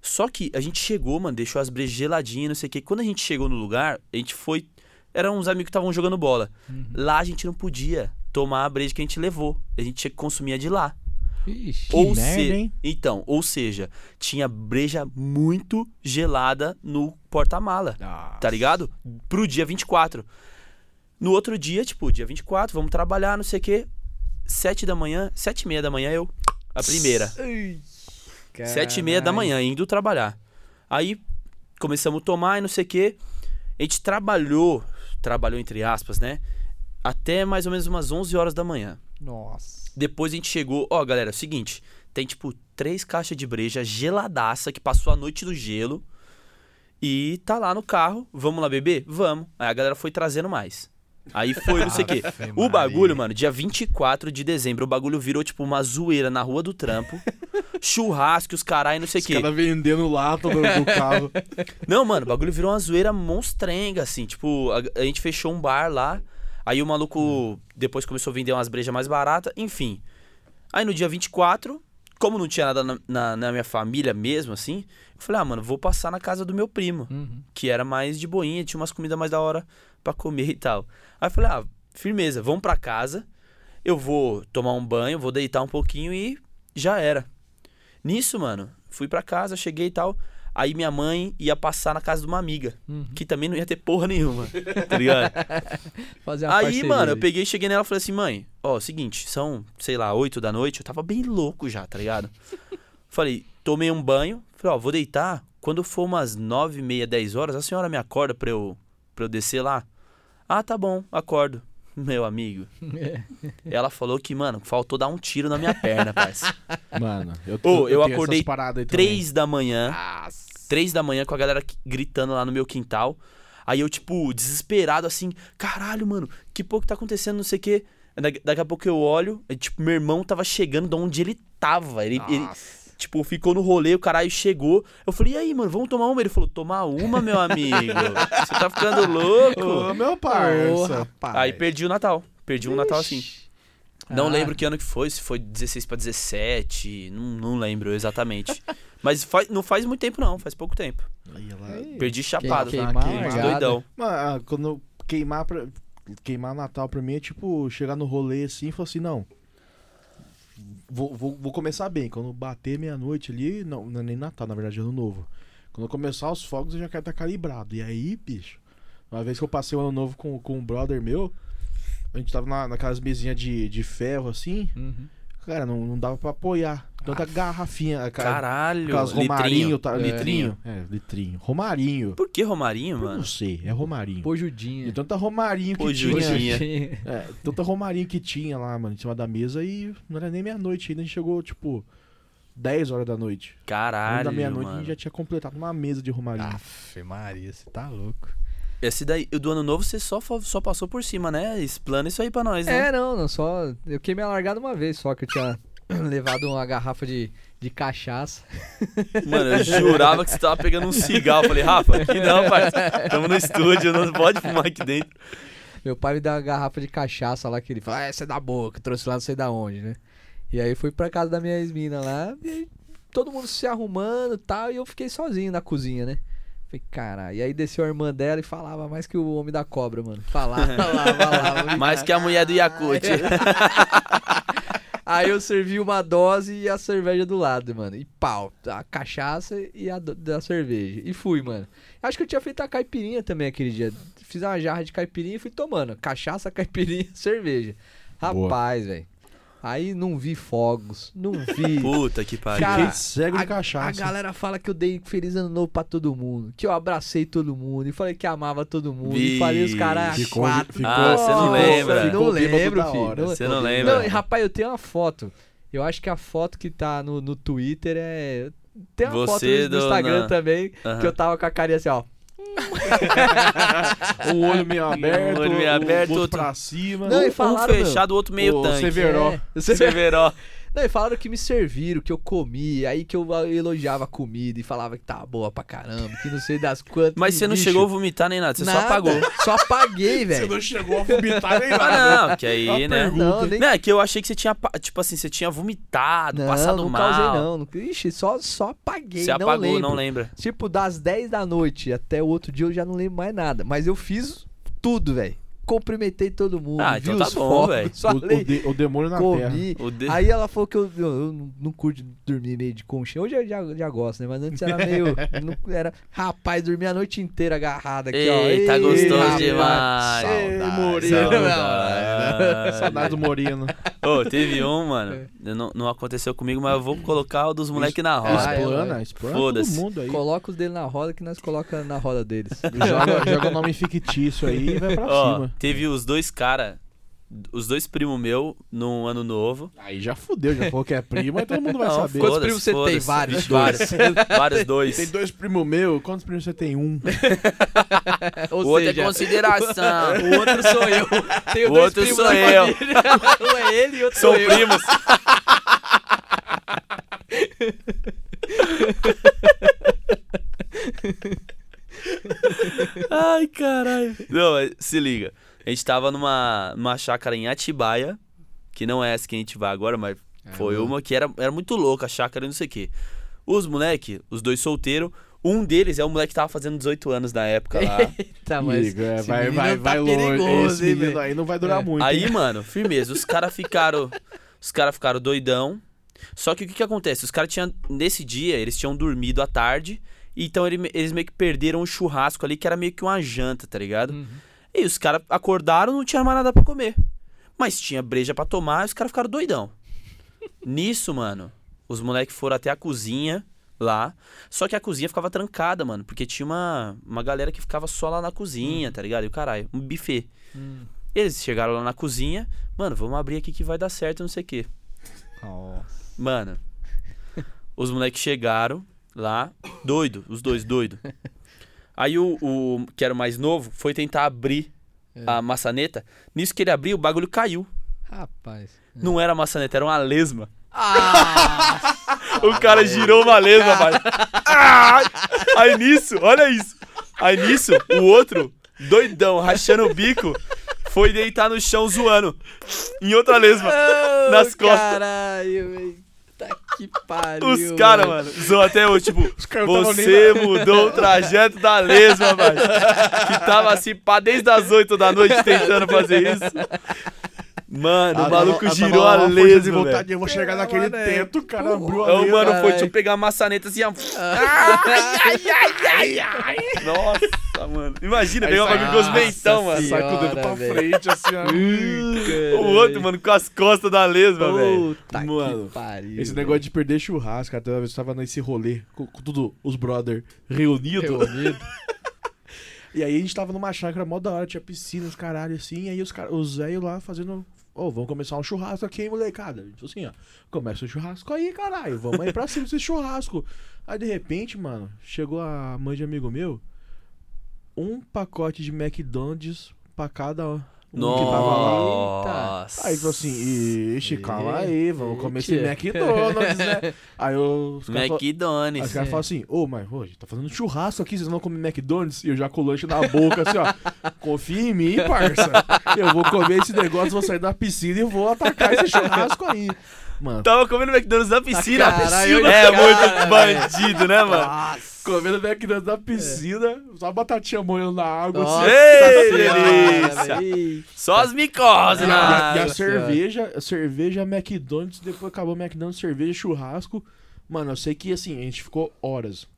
S2: Só que a gente chegou, mano, deixou as brejas geladinhas, não sei o quê. Quando a gente chegou no lugar, a gente foi. Eram uns amigos que estavam jogando bola.
S1: Uhum.
S2: Lá a gente não podia tomar a breja que a gente levou. A gente tinha que consumir a de lá.
S3: Ixi.
S2: ou
S1: merda,
S2: se-
S1: hein?
S2: Então, ou seja, tinha breja muito gelada no porta-mala tá ligado? Pro dia 24. No outro dia, tipo, dia 24, vamos trabalhar, não sei o quê. 7 da manhã, 7 e meia da manhã eu, a primeira. Sete e meia da manhã, indo trabalhar. Aí começamos a tomar e não sei o quê. A gente trabalhou, trabalhou entre aspas, né? Até mais ou menos umas 11 horas da manhã.
S3: Nossa.
S2: Depois a gente chegou, ó, galera, é o seguinte, tem tipo três caixas de breja geladaça que passou a noite do gelo e tá lá no carro, vamos lá beber? Vamos. Aí a galera foi trazendo mais. Aí foi, não sei o quê.
S3: Ave
S2: O
S3: Maria.
S2: bagulho, mano, dia 24 de dezembro, o bagulho virou tipo uma zoeira na rua do trampo. churrasco, os carai, não sei o
S1: Os
S2: quê.
S1: caras vendendo lata do, do carro.
S2: Não, mano, o bagulho virou uma zoeira monstrenga, assim. Tipo, a, a gente fechou um bar lá. Aí o maluco depois começou a vender umas brejas mais baratas. Enfim. Aí no dia 24, como não tinha nada na, na- na minha família mesmo, assim, eu falei, ah, mano, vou passar na casa do meu primo,
S3: Uhum.
S2: que era mais de boinha, tinha umas comidas mais da hora pra comer e tal. Aí eu falei, ah, firmeza, vamos pra casa. Eu vou tomar um banho, vou deitar um pouquinho e já era. Nisso, mano, fui pra casa, cheguei e tal. Aí minha mãe ia passar na casa de uma amiga,
S3: Uhum.
S2: que também não ia ter porra nenhuma, tá ligado?
S3: Fazer uma
S2: Aí,
S3: parceria
S2: mano, eu
S3: ali.
S2: peguei, cheguei nela e falei assim, mãe, ó, seguinte, são, sei lá, 8 da noite, eu tava bem louco já, tá ligado? falei, tomei um banho, falei, ó, vou deitar, quando for umas 9, e meia, 10 horas, a senhora me acorda pra eu, pra eu descer lá? Ah, tá bom, acordo. Meu amigo, ela falou que, mano, faltou dar um tiro na minha perna, parça.
S1: Mano, eu,
S2: Ô, eu
S1: tenho essas
S2: acordei
S1: paradas aí também.
S2: 3 da manhã,
S3: Nossa.
S2: três da manhã com a galera que- gritando lá no meu quintal. Aí eu, tipo, desesperado, assim, caralho, mano, que pouco tá acontecendo, não sei o quê. Da- Daqui a pouco eu olho, e, tipo, meu irmão tava chegando de onde ele tava. Ele, ele,
S3: Nossa.
S2: tipo, ficou no rolê, o caralho chegou. Eu falei, e aí, mano, vamos tomar uma? Ele falou, tomar uma, meu amigo? Você tá ficando
S1: Ô,
S2: louco?
S1: meu
S3: Ô,
S1: parça.
S3: rapaz.
S2: Aí perdi o Natal. Perdi um Natal assim. Não
S3: Ah.
S2: lembro que ano que foi, se foi 16 pra 17, não, não lembro exatamente. Mas faz- não faz muito tempo, não, faz pouco tempo.
S1: Aí ela-
S2: Perdi chapado.
S1: quem-
S3: Queimar a
S1: queimar.
S3: largada.
S2: Doidão.
S1: Mano, ah, quando eu queimar pra... queimar Natal pra mim é tipo chegar no rolê assim e falar assim, não. vou, vou, vou começar bem. Quando bater meia-noite ali, não, não é nem Natal, na verdade, é ano novo. Quando começar os fogos, eu já quero estar calibrado. E aí, bicho, uma vez que eu passei o ano novo com, com um brother meu, a gente tava na, naquelas mesinhas de, de ferro assim,
S3: Uhum.
S1: cara, não, não dava pra apoiar. Tanta garrafinha, cara.
S2: Ah, Caralho,
S1: Aquelas romarinho,
S2: litrinho.
S1: tá, litrinho. É, litrinho. Romarinho.
S2: Por que Romarinho,
S1: Eu
S2: mano?
S1: não sei, é romarinho.
S3: Pojudinha.
S1: E tanta romarinho que
S2: Pojudinha.
S1: tinha.
S2: Pojudinha.
S1: É, tanta romarinha que tinha lá, mano, em cima da mesa e não era nem meia-noite ainda, a gente chegou, tipo, 10 horas da noite. Ainda
S2: Caralho,
S1: da meia-noite a
S2: mano. Ah,
S1: gente já tinha completado uma mesa de romarinho.
S3: Aff, Maria, você tá louco.
S2: Esse daí, o do ano novo, você só, fa- só passou por cima, né? Explana isso aí pra nós, né?
S3: É, não, não, só. Eu queimei a largada uma vez só, que eu tinha levado uma garrafa de, de cachaça.
S2: Mano, eu jurava que você tava pegando um cigarro. Eu falei, Rafa, aqui não, parceiro. Tamo no estúdio, não pode fumar aqui dentro.
S3: Meu pai me deu uma garrafa de cachaça lá que ele falou, ah, essa é da boca, trouxe lá não sei da onde, né? E aí eu fui pra casa da minha ex-mina lá, e aí todo mundo se arrumando e tal, e eu fiquei sozinho na cozinha, né? Falei, caralho. E aí desceu a irmã dela e falava mais que o homem da cobra, mano. Falava, falava, falava.
S2: Mais que a mulher do Yakut.
S3: Aí eu servi uma dose e a cerveja do lado, mano. E pau, a cachaça e a do- da cerveja. E fui, mano. Acho que eu tinha feito a caipirinha também aquele dia. Fiz uma jarra de caipirinha e fui tomando. Cachaça, caipirinha, cerveja.
S1: Boa.
S3: Rapaz, velho. Aí não vi fogos, não vi.
S2: Puta que pariu.
S3: Cara,
S1: Fiquei cego de
S3: a-
S1: cachaça.
S3: A galera fala que eu dei feliz ano novo pra todo mundo, que eu abracei todo mundo, e falei que amava todo mundo, e falei os caras
S1: Ficou-
S3: quatro.
S1: ficou-
S2: Ah, você não
S3: Nossa,
S2: lembra.
S3: Não
S1: Ficou bêbado
S3: lembro,
S1: da
S3: filho.
S1: hora,
S2: Você não lembra.
S3: Não, e, rapaz, eu tenho uma foto. Eu acho que a foto que tá no, no Twitter é. Tem uma foto
S2: Você
S3: no, no
S2: do-
S3: Instagram
S2: na-
S3: também,
S2: Aham.
S3: que eu tava com a carinha assim, ó.
S1: O olho meio aberto,
S2: olho meio
S1: o
S2: aberto,
S1: outro
S2: outro-
S1: pra cima.
S3: Não, e
S2: Um- um
S3: falaram, meu,
S2: fechado, o outro meio
S1: o
S2: tanque.
S1: Severo.
S3: É, você vê-
S2: Severo.
S3: Não, e falaram que me serviram, que eu comi, aí que eu elogiava a comida e falava que tava boa pra caramba, que não sei das quantas.
S2: Mas você não
S3: Bicho,
S2: chegou a vomitar nem nada, você só
S3: nada,
S2: apagou.
S3: Só apaguei,
S1: Você
S3: velho.
S1: não chegou a vomitar nem nada.
S2: Ah, não, que aí,
S1: Uma
S2: né?
S1: pergunta.
S3: Não, nem
S2: Não, é que eu achei que você tinha, pa- tipo assim, você tinha vomitado,
S3: não,
S2: passado
S3: não
S2: mal.
S3: causei não. não. Ixi, só, só apaguei,
S2: Você
S3: não
S2: apagou,
S3: lembro.
S2: não lembra.
S3: Tipo, das 10 da noite até o outro dia eu já não lembro mais nada. Mas eu fiz tudo, velho. Cumprimentei todo mundo.
S2: Ah,
S3: vi
S2: então tá
S3: os
S2: bom,
S3: fogos,
S2: velho.
S3: Só
S1: O, o
S3: falei,
S1: de- o demônio na terra.
S3: comi.
S2: O de-
S3: Aí ela falou que eu, eu, eu não- não curto dormir meio de conchinha. Hoje eu já, já gosto, né? Mas antes era meio. não- era, rapaz, dormia a noite inteira agarrada aqui, ó.
S2: Eita,
S3: Ei,
S2: tá gostoso
S3: rapaz.
S2: demais.
S1: Ei, Moreno.
S3: Saudade.
S1: Saudade do Moreno.
S2: Ô, teve um, mano.
S3: É.
S2: eu Não, não aconteceu comigo, mas eu vou colocar o dos moleques na roda.
S3: Ah, é,
S1: explana,
S3: vai.
S1: explana todo
S2: Foda-se.
S1: mundo aí.
S3: Coloca os dele na roda que nós coloca na roda deles.
S1: Joga, joga um nome fictício aí e vai pra
S2: Ó,
S1: cima.
S2: teve os dois cara, os dois primos meu num ano novo.
S1: Aí já fudeu, já falou que é prima, aí todo mundo vai
S2: Não,
S1: saber.
S2: foda-se,
S3: Quantos primos você tem?
S2: foda-se.
S3: Vários,
S2: Vixe, Vários. Vários dois.
S1: Tem dois primos meu, quantos primos você tem? Um.
S3: Ou
S2: O outro
S3: seja,
S2: é consideração.
S3: o outro sou eu. Tenho
S2: O
S3: dois
S2: outro
S3: primos
S2: sou
S3: na
S2: eu.
S3: família. Um é ele e outro
S2: São
S3: sou eu.
S2: primos. Ai, caralho. Não, mas se liga. A gente tava numa, numa chácara em Atibaia, que não é essa que a gente vai agora, mas foi uma que era, era muito louca, a chácara e não sei o quê. Os moleque, os dois solteiros, um deles é o moleque que tava fazendo 18 anos na época lá.
S3: Tá, mas
S1: Amigo, é,
S3: esse
S1: vai,
S3: menino
S1: vai,
S3: tá
S1: vai longe. é
S3: perigoso,
S1: Esse
S3: hein,
S1: menino
S3: velho?
S1: aí não vai durar
S3: É.
S1: muito.
S2: Aí, mano, firmeza. Os caras ficaram. Os caras ficaram doidão. Só que o que, que acontece? Os caras tinham. Nesse dia, eles tinham dormido à tarde. Então ele- eles meio que perderam o churrasco ali, que era meio que uma janta, tá ligado? E os caras acordaram, não tinha mais nada pra comer. Mas tinha breja pra tomar, e os caras ficaram doidão. Nisso, mano, os moleques foram até a cozinha lá. Só que a cozinha ficava trancada, mano, porque tinha uma, uma galera que ficava só lá na cozinha, tá ligado? E o caralho, um buffet. Eles chegaram lá na cozinha, mano, vamos abrir aqui que vai dar certo, não sei o quê.
S3: Nossa.
S2: Mano, os moleques chegaram lá, doido, os dois doido. Aí o, o que era o mais novo foi tentar abrir a maçaneta. Nisso que ele abriu, o bagulho caiu.
S3: Rapaz.
S2: Não era a maçaneta, era uma lesma.
S3: Ah!
S2: O cara girou uma lesma, pai. Ai! Aí nisso, olha isso. Aí nisso, o outro, doidão, rachando o bico, foi deitar no chão zoando. Em outra lesma. Nas costas.
S3: Caralho, velho. Tá que pariu.
S2: Os caras, mano, zoam até hoje, tipo,
S1: caras não tavam
S2: você mudou o trajeto da lesma, mano. Que tava assim, pá, desde as 8 da noite tentando fazer isso.
S1: Ah,
S2: Mano, o
S1: tava-
S2: maluco
S1: ah, tava
S2: girou
S1: lá
S2: a
S1: uma força
S2: lesma,
S1: de
S2: velho.
S1: vontade, Eu vou chegar naquele
S3: Caralho,
S1: teto, o cara
S3: porra.
S1: abriu a
S2: Ô,
S1: lesma.
S2: mano, foi
S3: caralho.
S2: tipo pegar a maçaneta assim, ó.
S3: Tá
S2: Ai, ai, ai, ai, ai. Nossa, mano. Imagina,
S1: Aí
S2: pegar um
S1: sai-
S2: bagulho com os mentão, mano.
S3: Nossa
S1: Sai com o dedo
S3: Senhora,
S1: pra
S3: velho.
S1: frente, assim, ó.
S2: O outro, mano, com as costas da lesma, velho.
S3: Puta
S1: Mano,
S3: que pariu.
S1: Tá Esse negócio de perder churrasco, até uma vez eu tava nesse rolê com, com tudo, os brother reunidos.
S3: reunido.
S1: E aí a gente tava numa chácara mó da hora, tinha piscinas, caralho, assim. E aí os, cara, os velhos lá fazendo. Ô, vamos começar um churrasco aqui, hein, molecada? A gente falou assim, ó. Começa o churrasco aí, caralho. Vamos aí pra cima desse churrasco. Aí de repente, mano, chegou a mãe de amigo meu. Um pacote de McDonald's pra cada um que tava lá.
S2: Nossa.
S1: Aí ele falou assim, ixi, calma
S3: Ih,
S1: aí, vamos comer esse
S3: tia.
S1: McDonald's, né? Aí os
S2: é
S1: caras falam- aí os
S2: McDonald's.
S1: caras falam assim, ô, mas hoje tá fazendo churrasco aqui, vocês vão comer McDonald's? E eu já com o lanche na boca, assim, ó, confia em mim, parça. Eu vou comer esse negócio, vou sair da piscina e vou atacar esse churrasco aí. Mano,
S2: Tava comendo McDonald's
S1: Tá
S2: na piscina.
S3: Caralho,
S2: piscina. É,
S3: cara,
S2: muito
S3: velho.
S2: bandido, né, mano?
S1: comendo McDonald's na piscina, só a batatinha molhando na água,
S3: Nossa
S1: assim.
S2: Ei,
S3: senhora,
S2: delícia.
S3: velho.
S2: Só as né? micoses
S1: É, E
S2: na
S1: a, e a
S2: água.
S1: cerveja, a cerveja McDonald's, depois acabou McDonald's, cerveja, churrasco. Mano, eu sei que assim, a gente ficou horas.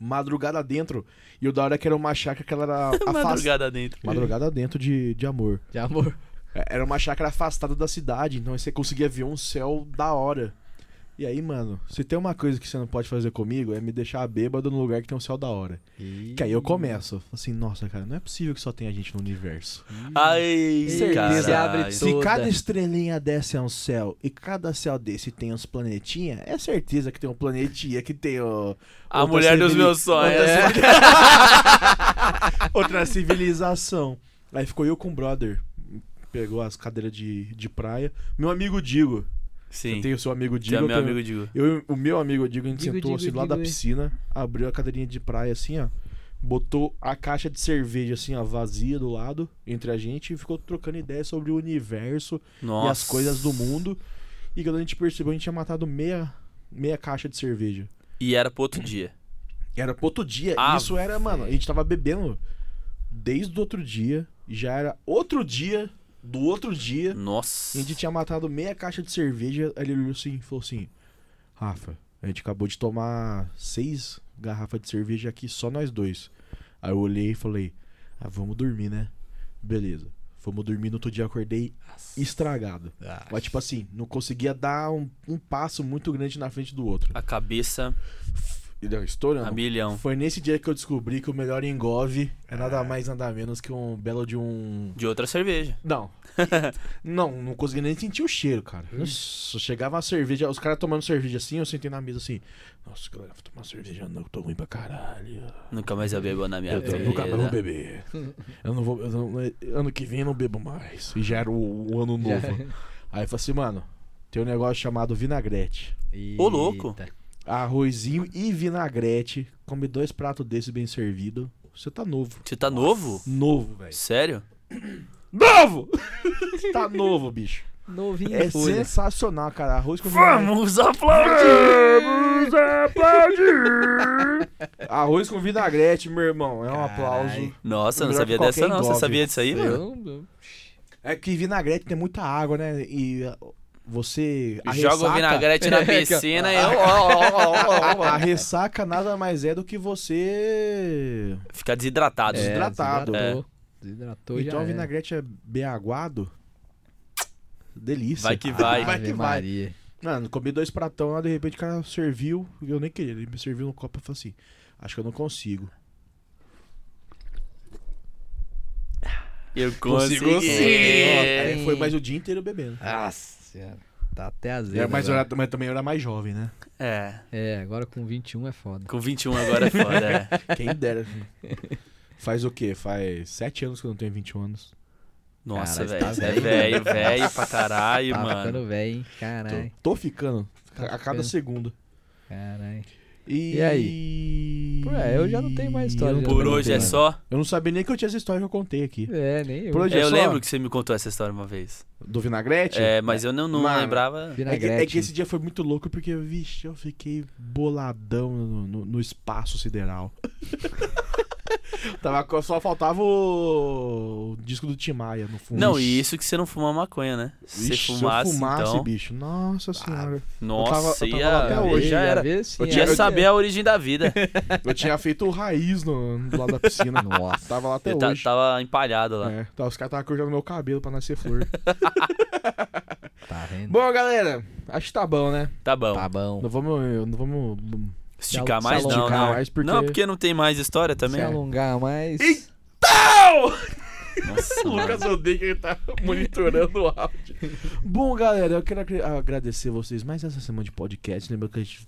S1: Madrugada dentro. E o da hora é que era uma chácara que ela era afastada.
S2: Madrugada dentro.
S1: Madrugada dentro de, de amor.
S3: De amor.
S1: É, Era uma chácara afastada da cidade, então aí você conseguia ver um céu da hora. E aí, mano, se tem uma coisa que você não pode fazer comigo, é me deixar bêbado num lugar que tem um céu da hora. Que aí eu começo. Assim, nossa, cara, não é possível que só tenha gente no universo.
S2: Ai,
S3: Certeza.
S2: caralho.
S3: Abre
S1: Se
S3: Toda.
S1: cada estrelinha desse é um céu e cada céu desse tem uns planetinha, é certeza que tem um planetinha que tem o,
S2: A
S1: outra
S2: mulher dos
S1: civili-
S2: meus sonhos. é.
S1: outra civili- outra civilização. Aí ficou eu com o brother. Pegou as cadeiras de, de praia. Meu amigo Digo.
S2: Sim.
S1: Tem o seu amigo
S2: Que
S1: Digo.
S2: é meu
S1: eu tenho-
S2: amigo Digo.
S1: Eu, e o meu amigo Digo, a gente
S3: Digo,
S1: sentou
S3: Digo,
S1: assim do lado
S3: Digo,
S1: da
S3: é.
S1: piscina, abriu a cadeirinha de praia assim, ó. Botou a caixa de cerveja assim, ó, vazia do lado, entre a gente, e ficou trocando ideia sobre o universo
S2: Nossa.
S1: e as coisas do mundo. E quando a gente percebeu, a gente tinha matado meia, meia caixa de cerveja.
S2: E era pro outro dia.
S1: Era pro outro dia.
S2: Ah,
S1: isso era, mano, a gente tava bebendo desde o outro dia. Já era outro dia do outro dia.
S2: Nossa.
S1: E a gente tinha matado meia caixa de cerveja. Aí ele olhou assim e falou assim: Rafa, a gente acabou de tomar seis garrafas de cerveja aqui, só nós dois. Aí eu olhei e falei: Ah, vamos dormir, né? Beleza. Fomos dormir, no outro dia eu acordei estragado. Mas, tipo assim, não conseguia dar um, um passo muito grande na frente do outro.
S2: A cabeça
S1: E deu estourando.
S2: a milhão.
S1: Foi nesse dia que eu descobri que o melhor engove é nada mais, nada menos que um belo de um.
S2: De outra cerveja.
S1: Não. não, não consegui nem sentir o cheiro, cara. Nossa, chegava a cerveja, os caras tomando cerveja assim, eu sentei na mesa assim. Nossa, galera, vou tomar cerveja, não, eu tô ruim pra caralho.
S2: Nunca mais eu bebo na minha
S1: Eu tô-
S2: vida.
S1: nunca mais vou beber. Eu não vou. eu não- ano que vem eu não bebo mais. E já era o, o ano novo. Aí eu falei assim, mano, tem um negócio chamado vinagrete.
S2: Ô, louco.
S3: Eita.
S1: Arrozinho e vinagrete. Come dois pratos desse bem servido. Você tá novo.
S2: Você tá novo?
S1: Novo, velho.
S2: Sério?
S1: Novo! tá novo, bicho.
S3: Novinho
S1: É
S3: né? em folha.
S1: sensacional, cara. Arroz com vinagrete.
S2: Vamos aplaudir!
S1: Vamos aplaudir! Arroz com vinagrete, meu irmão. É um
S3: Carai.
S1: aplauso.
S2: Nossa, eu não
S1: Melhor
S2: sabia
S1: que
S2: dessa
S1: qualquer
S2: não. Você
S1: engove.
S2: sabia disso aí, mano?
S3: Eu não-
S1: É que vinagrete tem muita água, né? E uh, você. a
S2: Joga o
S1: ressaca-
S2: vinagrete na
S3: É, que-
S2: piscina e...
S1: A ressaca nada mais é do que você.
S2: Fica desidratado.
S3: É,
S1: Desidratado.
S3: Desidratou, desidratou
S1: então,
S3: já
S1: o
S3: era.
S1: vinagrete é bem aguado. Delícia.
S2: Vai que vai.
S1: vai que
S3: Ave
S1: vai.
S3: Maria.
S1: Mano, comi dois pratão lá, de repente o cara serviu. e Eu nem queria, ele me serviu no copo e falei assim: Acho que eu não consigo.
S2: Eu consegui.
S1: Aí foi mais o dia inteiro bebendo.
S3: Nossa senhora. Tá até azedo.
S1: É, mas, eu
S3: agora.
S1: era- mas também eu era mais jovem, né?
S2: É.
S3: É, agora com 21 é foda.
S2: Com 21 agora é foda. é.
S1: Quem dera. assim. Faz o quê? Faz sete anos que eu não tenho 21 anos.
S2: Nossa,
S3: Caralho, tá
S2: velho. É velho,
S3: velho.
S2: velho pra caralho,
S3: tá
S2: mano.
S3: ficando velho, hein?
S1: Tô,
S3: Caralho,
S1: tô ficando
S3: Tá
S1: a cada
S3: ficando.
S1: segundo.
S3: caralho.
S1: E...
S3: E Pô, é, eu já não tenho mais história,
S1: Eu não-
S3: já
S2: Por
S3: também
S2: hoje
S3: não
S2: é
S3: tenho.
S2: só.
S1: Eu não sabia nem que eu tinha essa história que eu contei aqui.
S3: É, nem eu.
S1: Por hoje é
S2: Eu
S1: só
S2: lembro que você me contou essa história uma vez.
S1: Do vinagrete?
S2: É, mas eu não, não
S1: Mano.
S2: lembrava.
S1: É que,
S3: Vinagrete.
S1: é que esse dia foi muito louco porque, vixe, eu fiquei boladão no, no- no espaço sideral. Tava, só faltava o, o disco do Tim Maia no fundo.
S2: Não, e isso que você não fuma maconha, né? Se
S1: Ixi,
S2: fumasse,
S1: se eu fumasse, Ah,
S2: então...
S1: bicho. Nossa senhora.
S2: Nossa,
S1: tava- eu tava
S2: ia...
S1: lá
S3: Tá
S1: até hoje,
S2: já
S3: Ia
S2: era...
S3: ver, sim, é.
S2: Eu
S3: ia
S2: tinha
S3: ver.
S2: saber a origem da vida.
S1: Eu tinha feito o raiz no, do lado da piscina.
S3: Nossa.
S1: Tava lá até
S2: Eu ta-
S1: hoje.
S2: Tá, tava empalhado lá.
S1: É, tá, os caras estavam cortando meu cabelo pra nascer flor.
S3: Tá vendo?
S1: bom, galera, acho que tá bom, né?
S2: Tá bom.
S3: Tá bom.
S1: Não vamos. Não vamos
S2: Esticar
S3: Se
S2: mais não,
S3: alongar
S2: não.
S1: mais, porque-
S2: Não, porque não tem mais história
S3: Se
S2: também.
S3: alongar mais.
S2: Nossa, mano.
S1: odeia que ele tá monitorando o áudio. Bom, galera, eu quero agre- agradecer vocês mais essa semana de podcast. Lembra que a gente,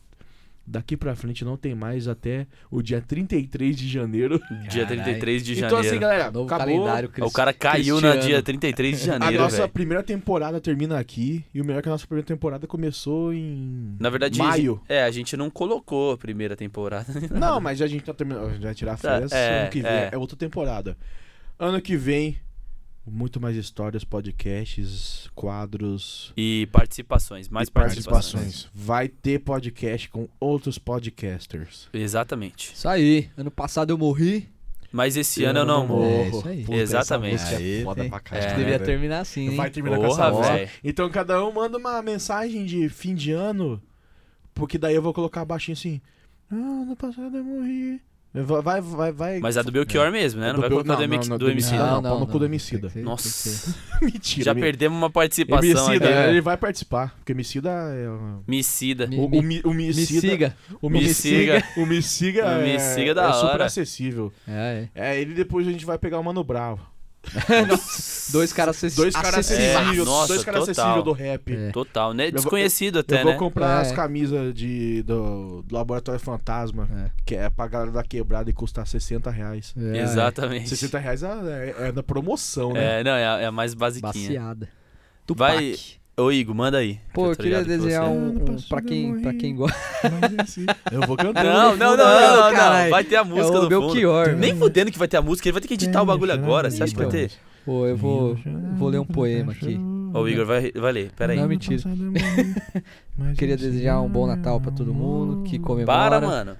S1: daqui pra frente não tem mais até o dia 33 de janeiro.
S2: dia 33 de
S1: Então,
S2: janeiro.
S1: assim, galera,
S3: Novo
S1: acabou. É
S3: calendário
S2: o cara caiu no
S3: Cristiano.
S2: dia 33 de
S1: A
S2: janeiro,
S1: nossa
S2: velho.
S1: primeira temporada termina aqui. E o melhor é que a nossa primeira temporada começou em.
S2: Na verdade,
S1: Maio.
S2: é, a gente não colocou a primeira temporada.
S1: Não, mas a gente tá terminando. A gente vai tirar
S2: Tá,
S1: férias.
S2: é,
S1: ano que vem
S2: é.
S1: é. outra temporada. Ano que vem, muito mais histórias, podcasts, quadros.
S2: E participações, mais
S1: e
S2: participações.
S1: Vai ter podcast com outros podcasters.
S2: Exatamente.
S3: Isso aí. Ano passado eu morri.
S2: Mas esse ano eu não
S3: morro.
S2: morro.
S3: É, isso aí.
S1: Puta, essa
S2: Exatamente.
S1: música
S3: Aí,
S1: É foda
S3: sim.
S1: pra
S3: Acho
S2: É,
S3: que
S2: né,
S1: caralho.
S3: deveria terminar assim, hein?
S1: Vai terminar com
S2: Porra,
S1: essa música.
S2: velho.
S1: Então cada um manda uma mensagem de fim de ano, porque daí eu vou colocar baixinho assim. Ah, ano passado eu morri. Vai, vai, vai. vai.
S2: Mas a do Belchior mesmo, né? Não
S1: É. Do
S2: vai
S1: Bel-
S2: colocar do,
S1: não,
S2: M-
S1: não, não,
S2: do
S1: do
S2: MC.
S1: Emicida.
S2: não.
S1: não, pau no cu do Emicida.
S3: tem que ser, tem que
S2: Nossa.
S3: ser.
S1: Mentira.
S2: Já
S1: me-
S2: perdemos uma participação né?
S1: Emicida, né?
S2: aqui.
S1: ele vai participar, porque Emicida é... um-
S2: Micida.
S3: Me-
S1: O, o, mi- o
S3: Me
S1: Micida...
S3: siga.
S1: O
S2: Me
S1: Micida... O Micida
S2: O
S1: é,
S2: Micida da
S1: é super
S2: hora.
S1: acessível.
S3: É, é.
S1: É, ele depois a gente vai pegar o Mano Bravo.
S3: Dois caras acessi-
S1: Dois caras
S3: acessíveis.
S1: acessíveis,
S2: É, nossa,
S1: dois caras
S2: total.
S1: acessíveis do rap.
S3: É.
S2: Total, né?
S1: vou-
S2: Desconhecido
S1: Eu
S2: até,
S1: vou
S2: né?
S1: comprar
S3: É.
S1: as camisas de, do, do Laboratório Fantasma,
S3: É.
S1: que é pra galera da quebrada e custar 60 reais.
S3: É, é.
S2: Exatamente.
S1: 60 reais é, é, é na promoção, né?
S2: É, não, é a, é a mais basiquinha.
S3: Baciada.
S2: Vai- Ô, Igor, manda aí.
S1: Tá
S3: Pô,
S2: tô
S3: eu queria
S2: ligado que
S3: desejar
S2: você-
S1: Ah, não
S3: um, um
S1: posso
S3: pra, quem,
S1: dormir.
S3: pra quem gosta.
S1: Mas é assim. Eu vou cantando.
S2: Não, não, não,
S3: Não,
S2: não, não, não.
S3: caralho.
S2: Vai ter a
S3: É
S2: música do
S3: o
S2: fundo.
S3: Belchior.
S2: Nem fudendo que vai ter a música, ele vai ter que
S3: É,
S2: editar o bagulho agora. Você acha que vai ter?
S3: Pô, eu vou, vou ler um poema aqui.
S2: Ô, Igor, vai, vai ler, peraí.
S1: um
S3: Não, mentira. Queria desejar um bom Natal pra todo mundo que comemora.
S2: Para, mano.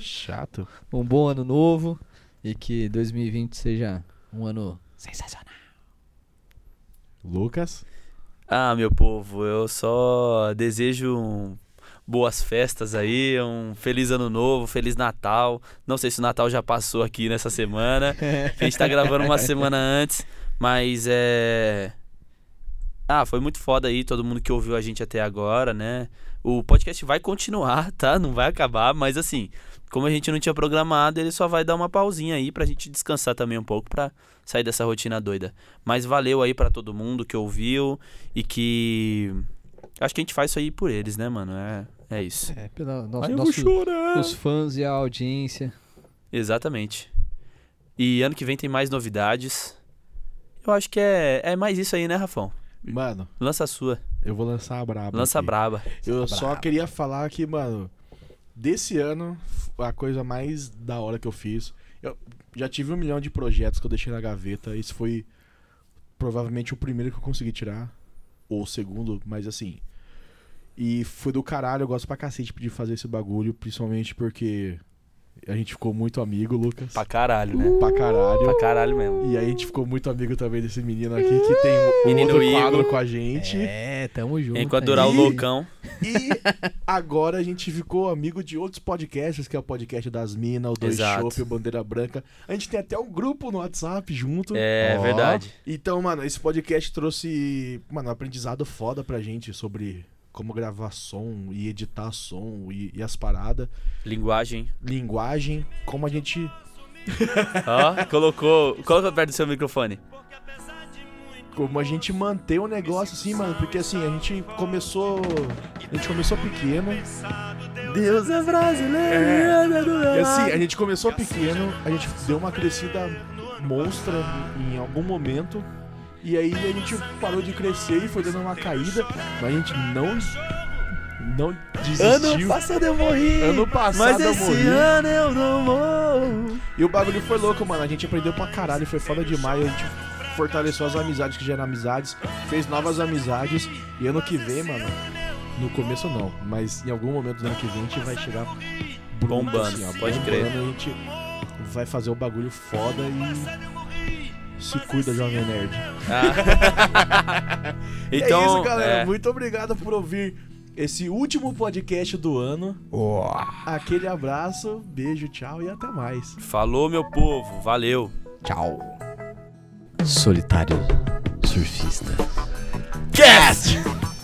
S1: Chato.
S3: Um bom ano novo e que 2020 seja um ano sensacional.
S1: Lucas.
S2: Ah, meu povo, eu só desejo um- boas festas aí, um feliz ano novo, feliz Natal. Não sei se o Natal já passou aqui nessa semana. A gente tá gravando uma semana antes, mas é. Ah, foi muito foda aí todo mundo que ouviu a gente até agora, né? O podcast vai continuar, tá? Não vai acabar, mas assim, como a gente não tinha programado, ele só vai dar uma pausinha aí pra gente descansar também um pouco pra sair dessa rotina doida. Mas valeu aí pra todo mundo que ouviu e que acho que a gente faz isso aí por eles, né, mano? É, é isso.
S3: É, pela nosso,
S1: Aí eu vou
S3: nosso,
S1: chorar.
S3: os fãs e a audiência.
S2: Exatamente. E ano que vem tem mais novidades. Eu acho que é, é mais isso aí, né, Rafão?
S1: Mano,
S2: Lança a sua.
S1: eu vou lançar a braba.
S2: Lança a
S1: aqui.
S2: braba.
S1: Eu
S3: Tá
S1: só
S3: brabo.
S1: queria falar que, mano, desse ano, f- a coisa mais da hora que eu fiz. Eu já tive um milhão de projetos que eu deixei na gaveta. Esse foi provavelmente o primeiro que eu consegui tirar. Ou o segundo, mas assim. E foi do caralho, eu gosto pra cacete de fazer esse bagulho, principalmente porque a gente ficou muito amigo, Lucas.
S2: Pra caralho, né?
S1: pra caralho.
S2: Pra caralho mesmo.
S1: E aí a gente ficou muito amigo também desse menino aqui, que tem um
S2: Menino
S1: outro
S2: Igor.
S1: quadro com a gente.
S3: É, tamo junto.
S2: Enquanto durar o
S1: Ih.
S2: loucão.
S1: E agora a gente ficou amigo de outros podcasts, que é o podcast das Minas, o Dois
S2: Exato.
S1: Chopp, o Bandeira Branca. A gente tem até um grupo no WhatsApp junto.
S2: É
S1: Ó.
S2: verdade.
S1: Então, mano, esse podcast trouxe, mano, um aprendizado foda pra gente sobre como gravar som e editar som e, e as paradas.
S2: Linguagem.
S1: Linguagem, como a gente.
S2: Ó, colocou. Coloca perto do seu microfone.
S1: Como a gente manter o negócio assim, mano. Porque assim, a gente começou. A gente começou pequeno.
S2: Deus é brasileiro.
S1: E assim, a gente começou pequeno, a gente deu uma crescida monstra em algum momento. E aí a gente parou de crescer e foi dando uma caída, mas a gente não não
S2: É. Ano
S1: desistiu.
S2: passado eu morri.
S1: Ano passado
S2: mas
S1: eu
S2: esse
S1: morri.
S2: ano eu não morro.
S1: E o bagulho foi louco, mano. A gente aprendeu pra caralho, foi foda demais. A gente fortaleceu as amizades que já eram amizades, fez novas amizades. E ano que vem, mano, no começo não, mas em algum momento do ano que vem a gente vai chegar bruto,
S2: Bombando,
S1: assim, ó,
S2: pode crer.
S1: bombando, A gente vai fazer o bagulho foda e se cuida, Jovem Nerd.
S2: Ah. então,
S1: é isso, galera.
S2: é,
S1: Muito obrigado por ouvir esse último podcast do ano.
S5: Aquele abraço, beijo, tchau e até mais.
S2: é, falou, meu povo. Valeu.
S3: Tchau.
S6: Solitário surfista.
S2: Cast! um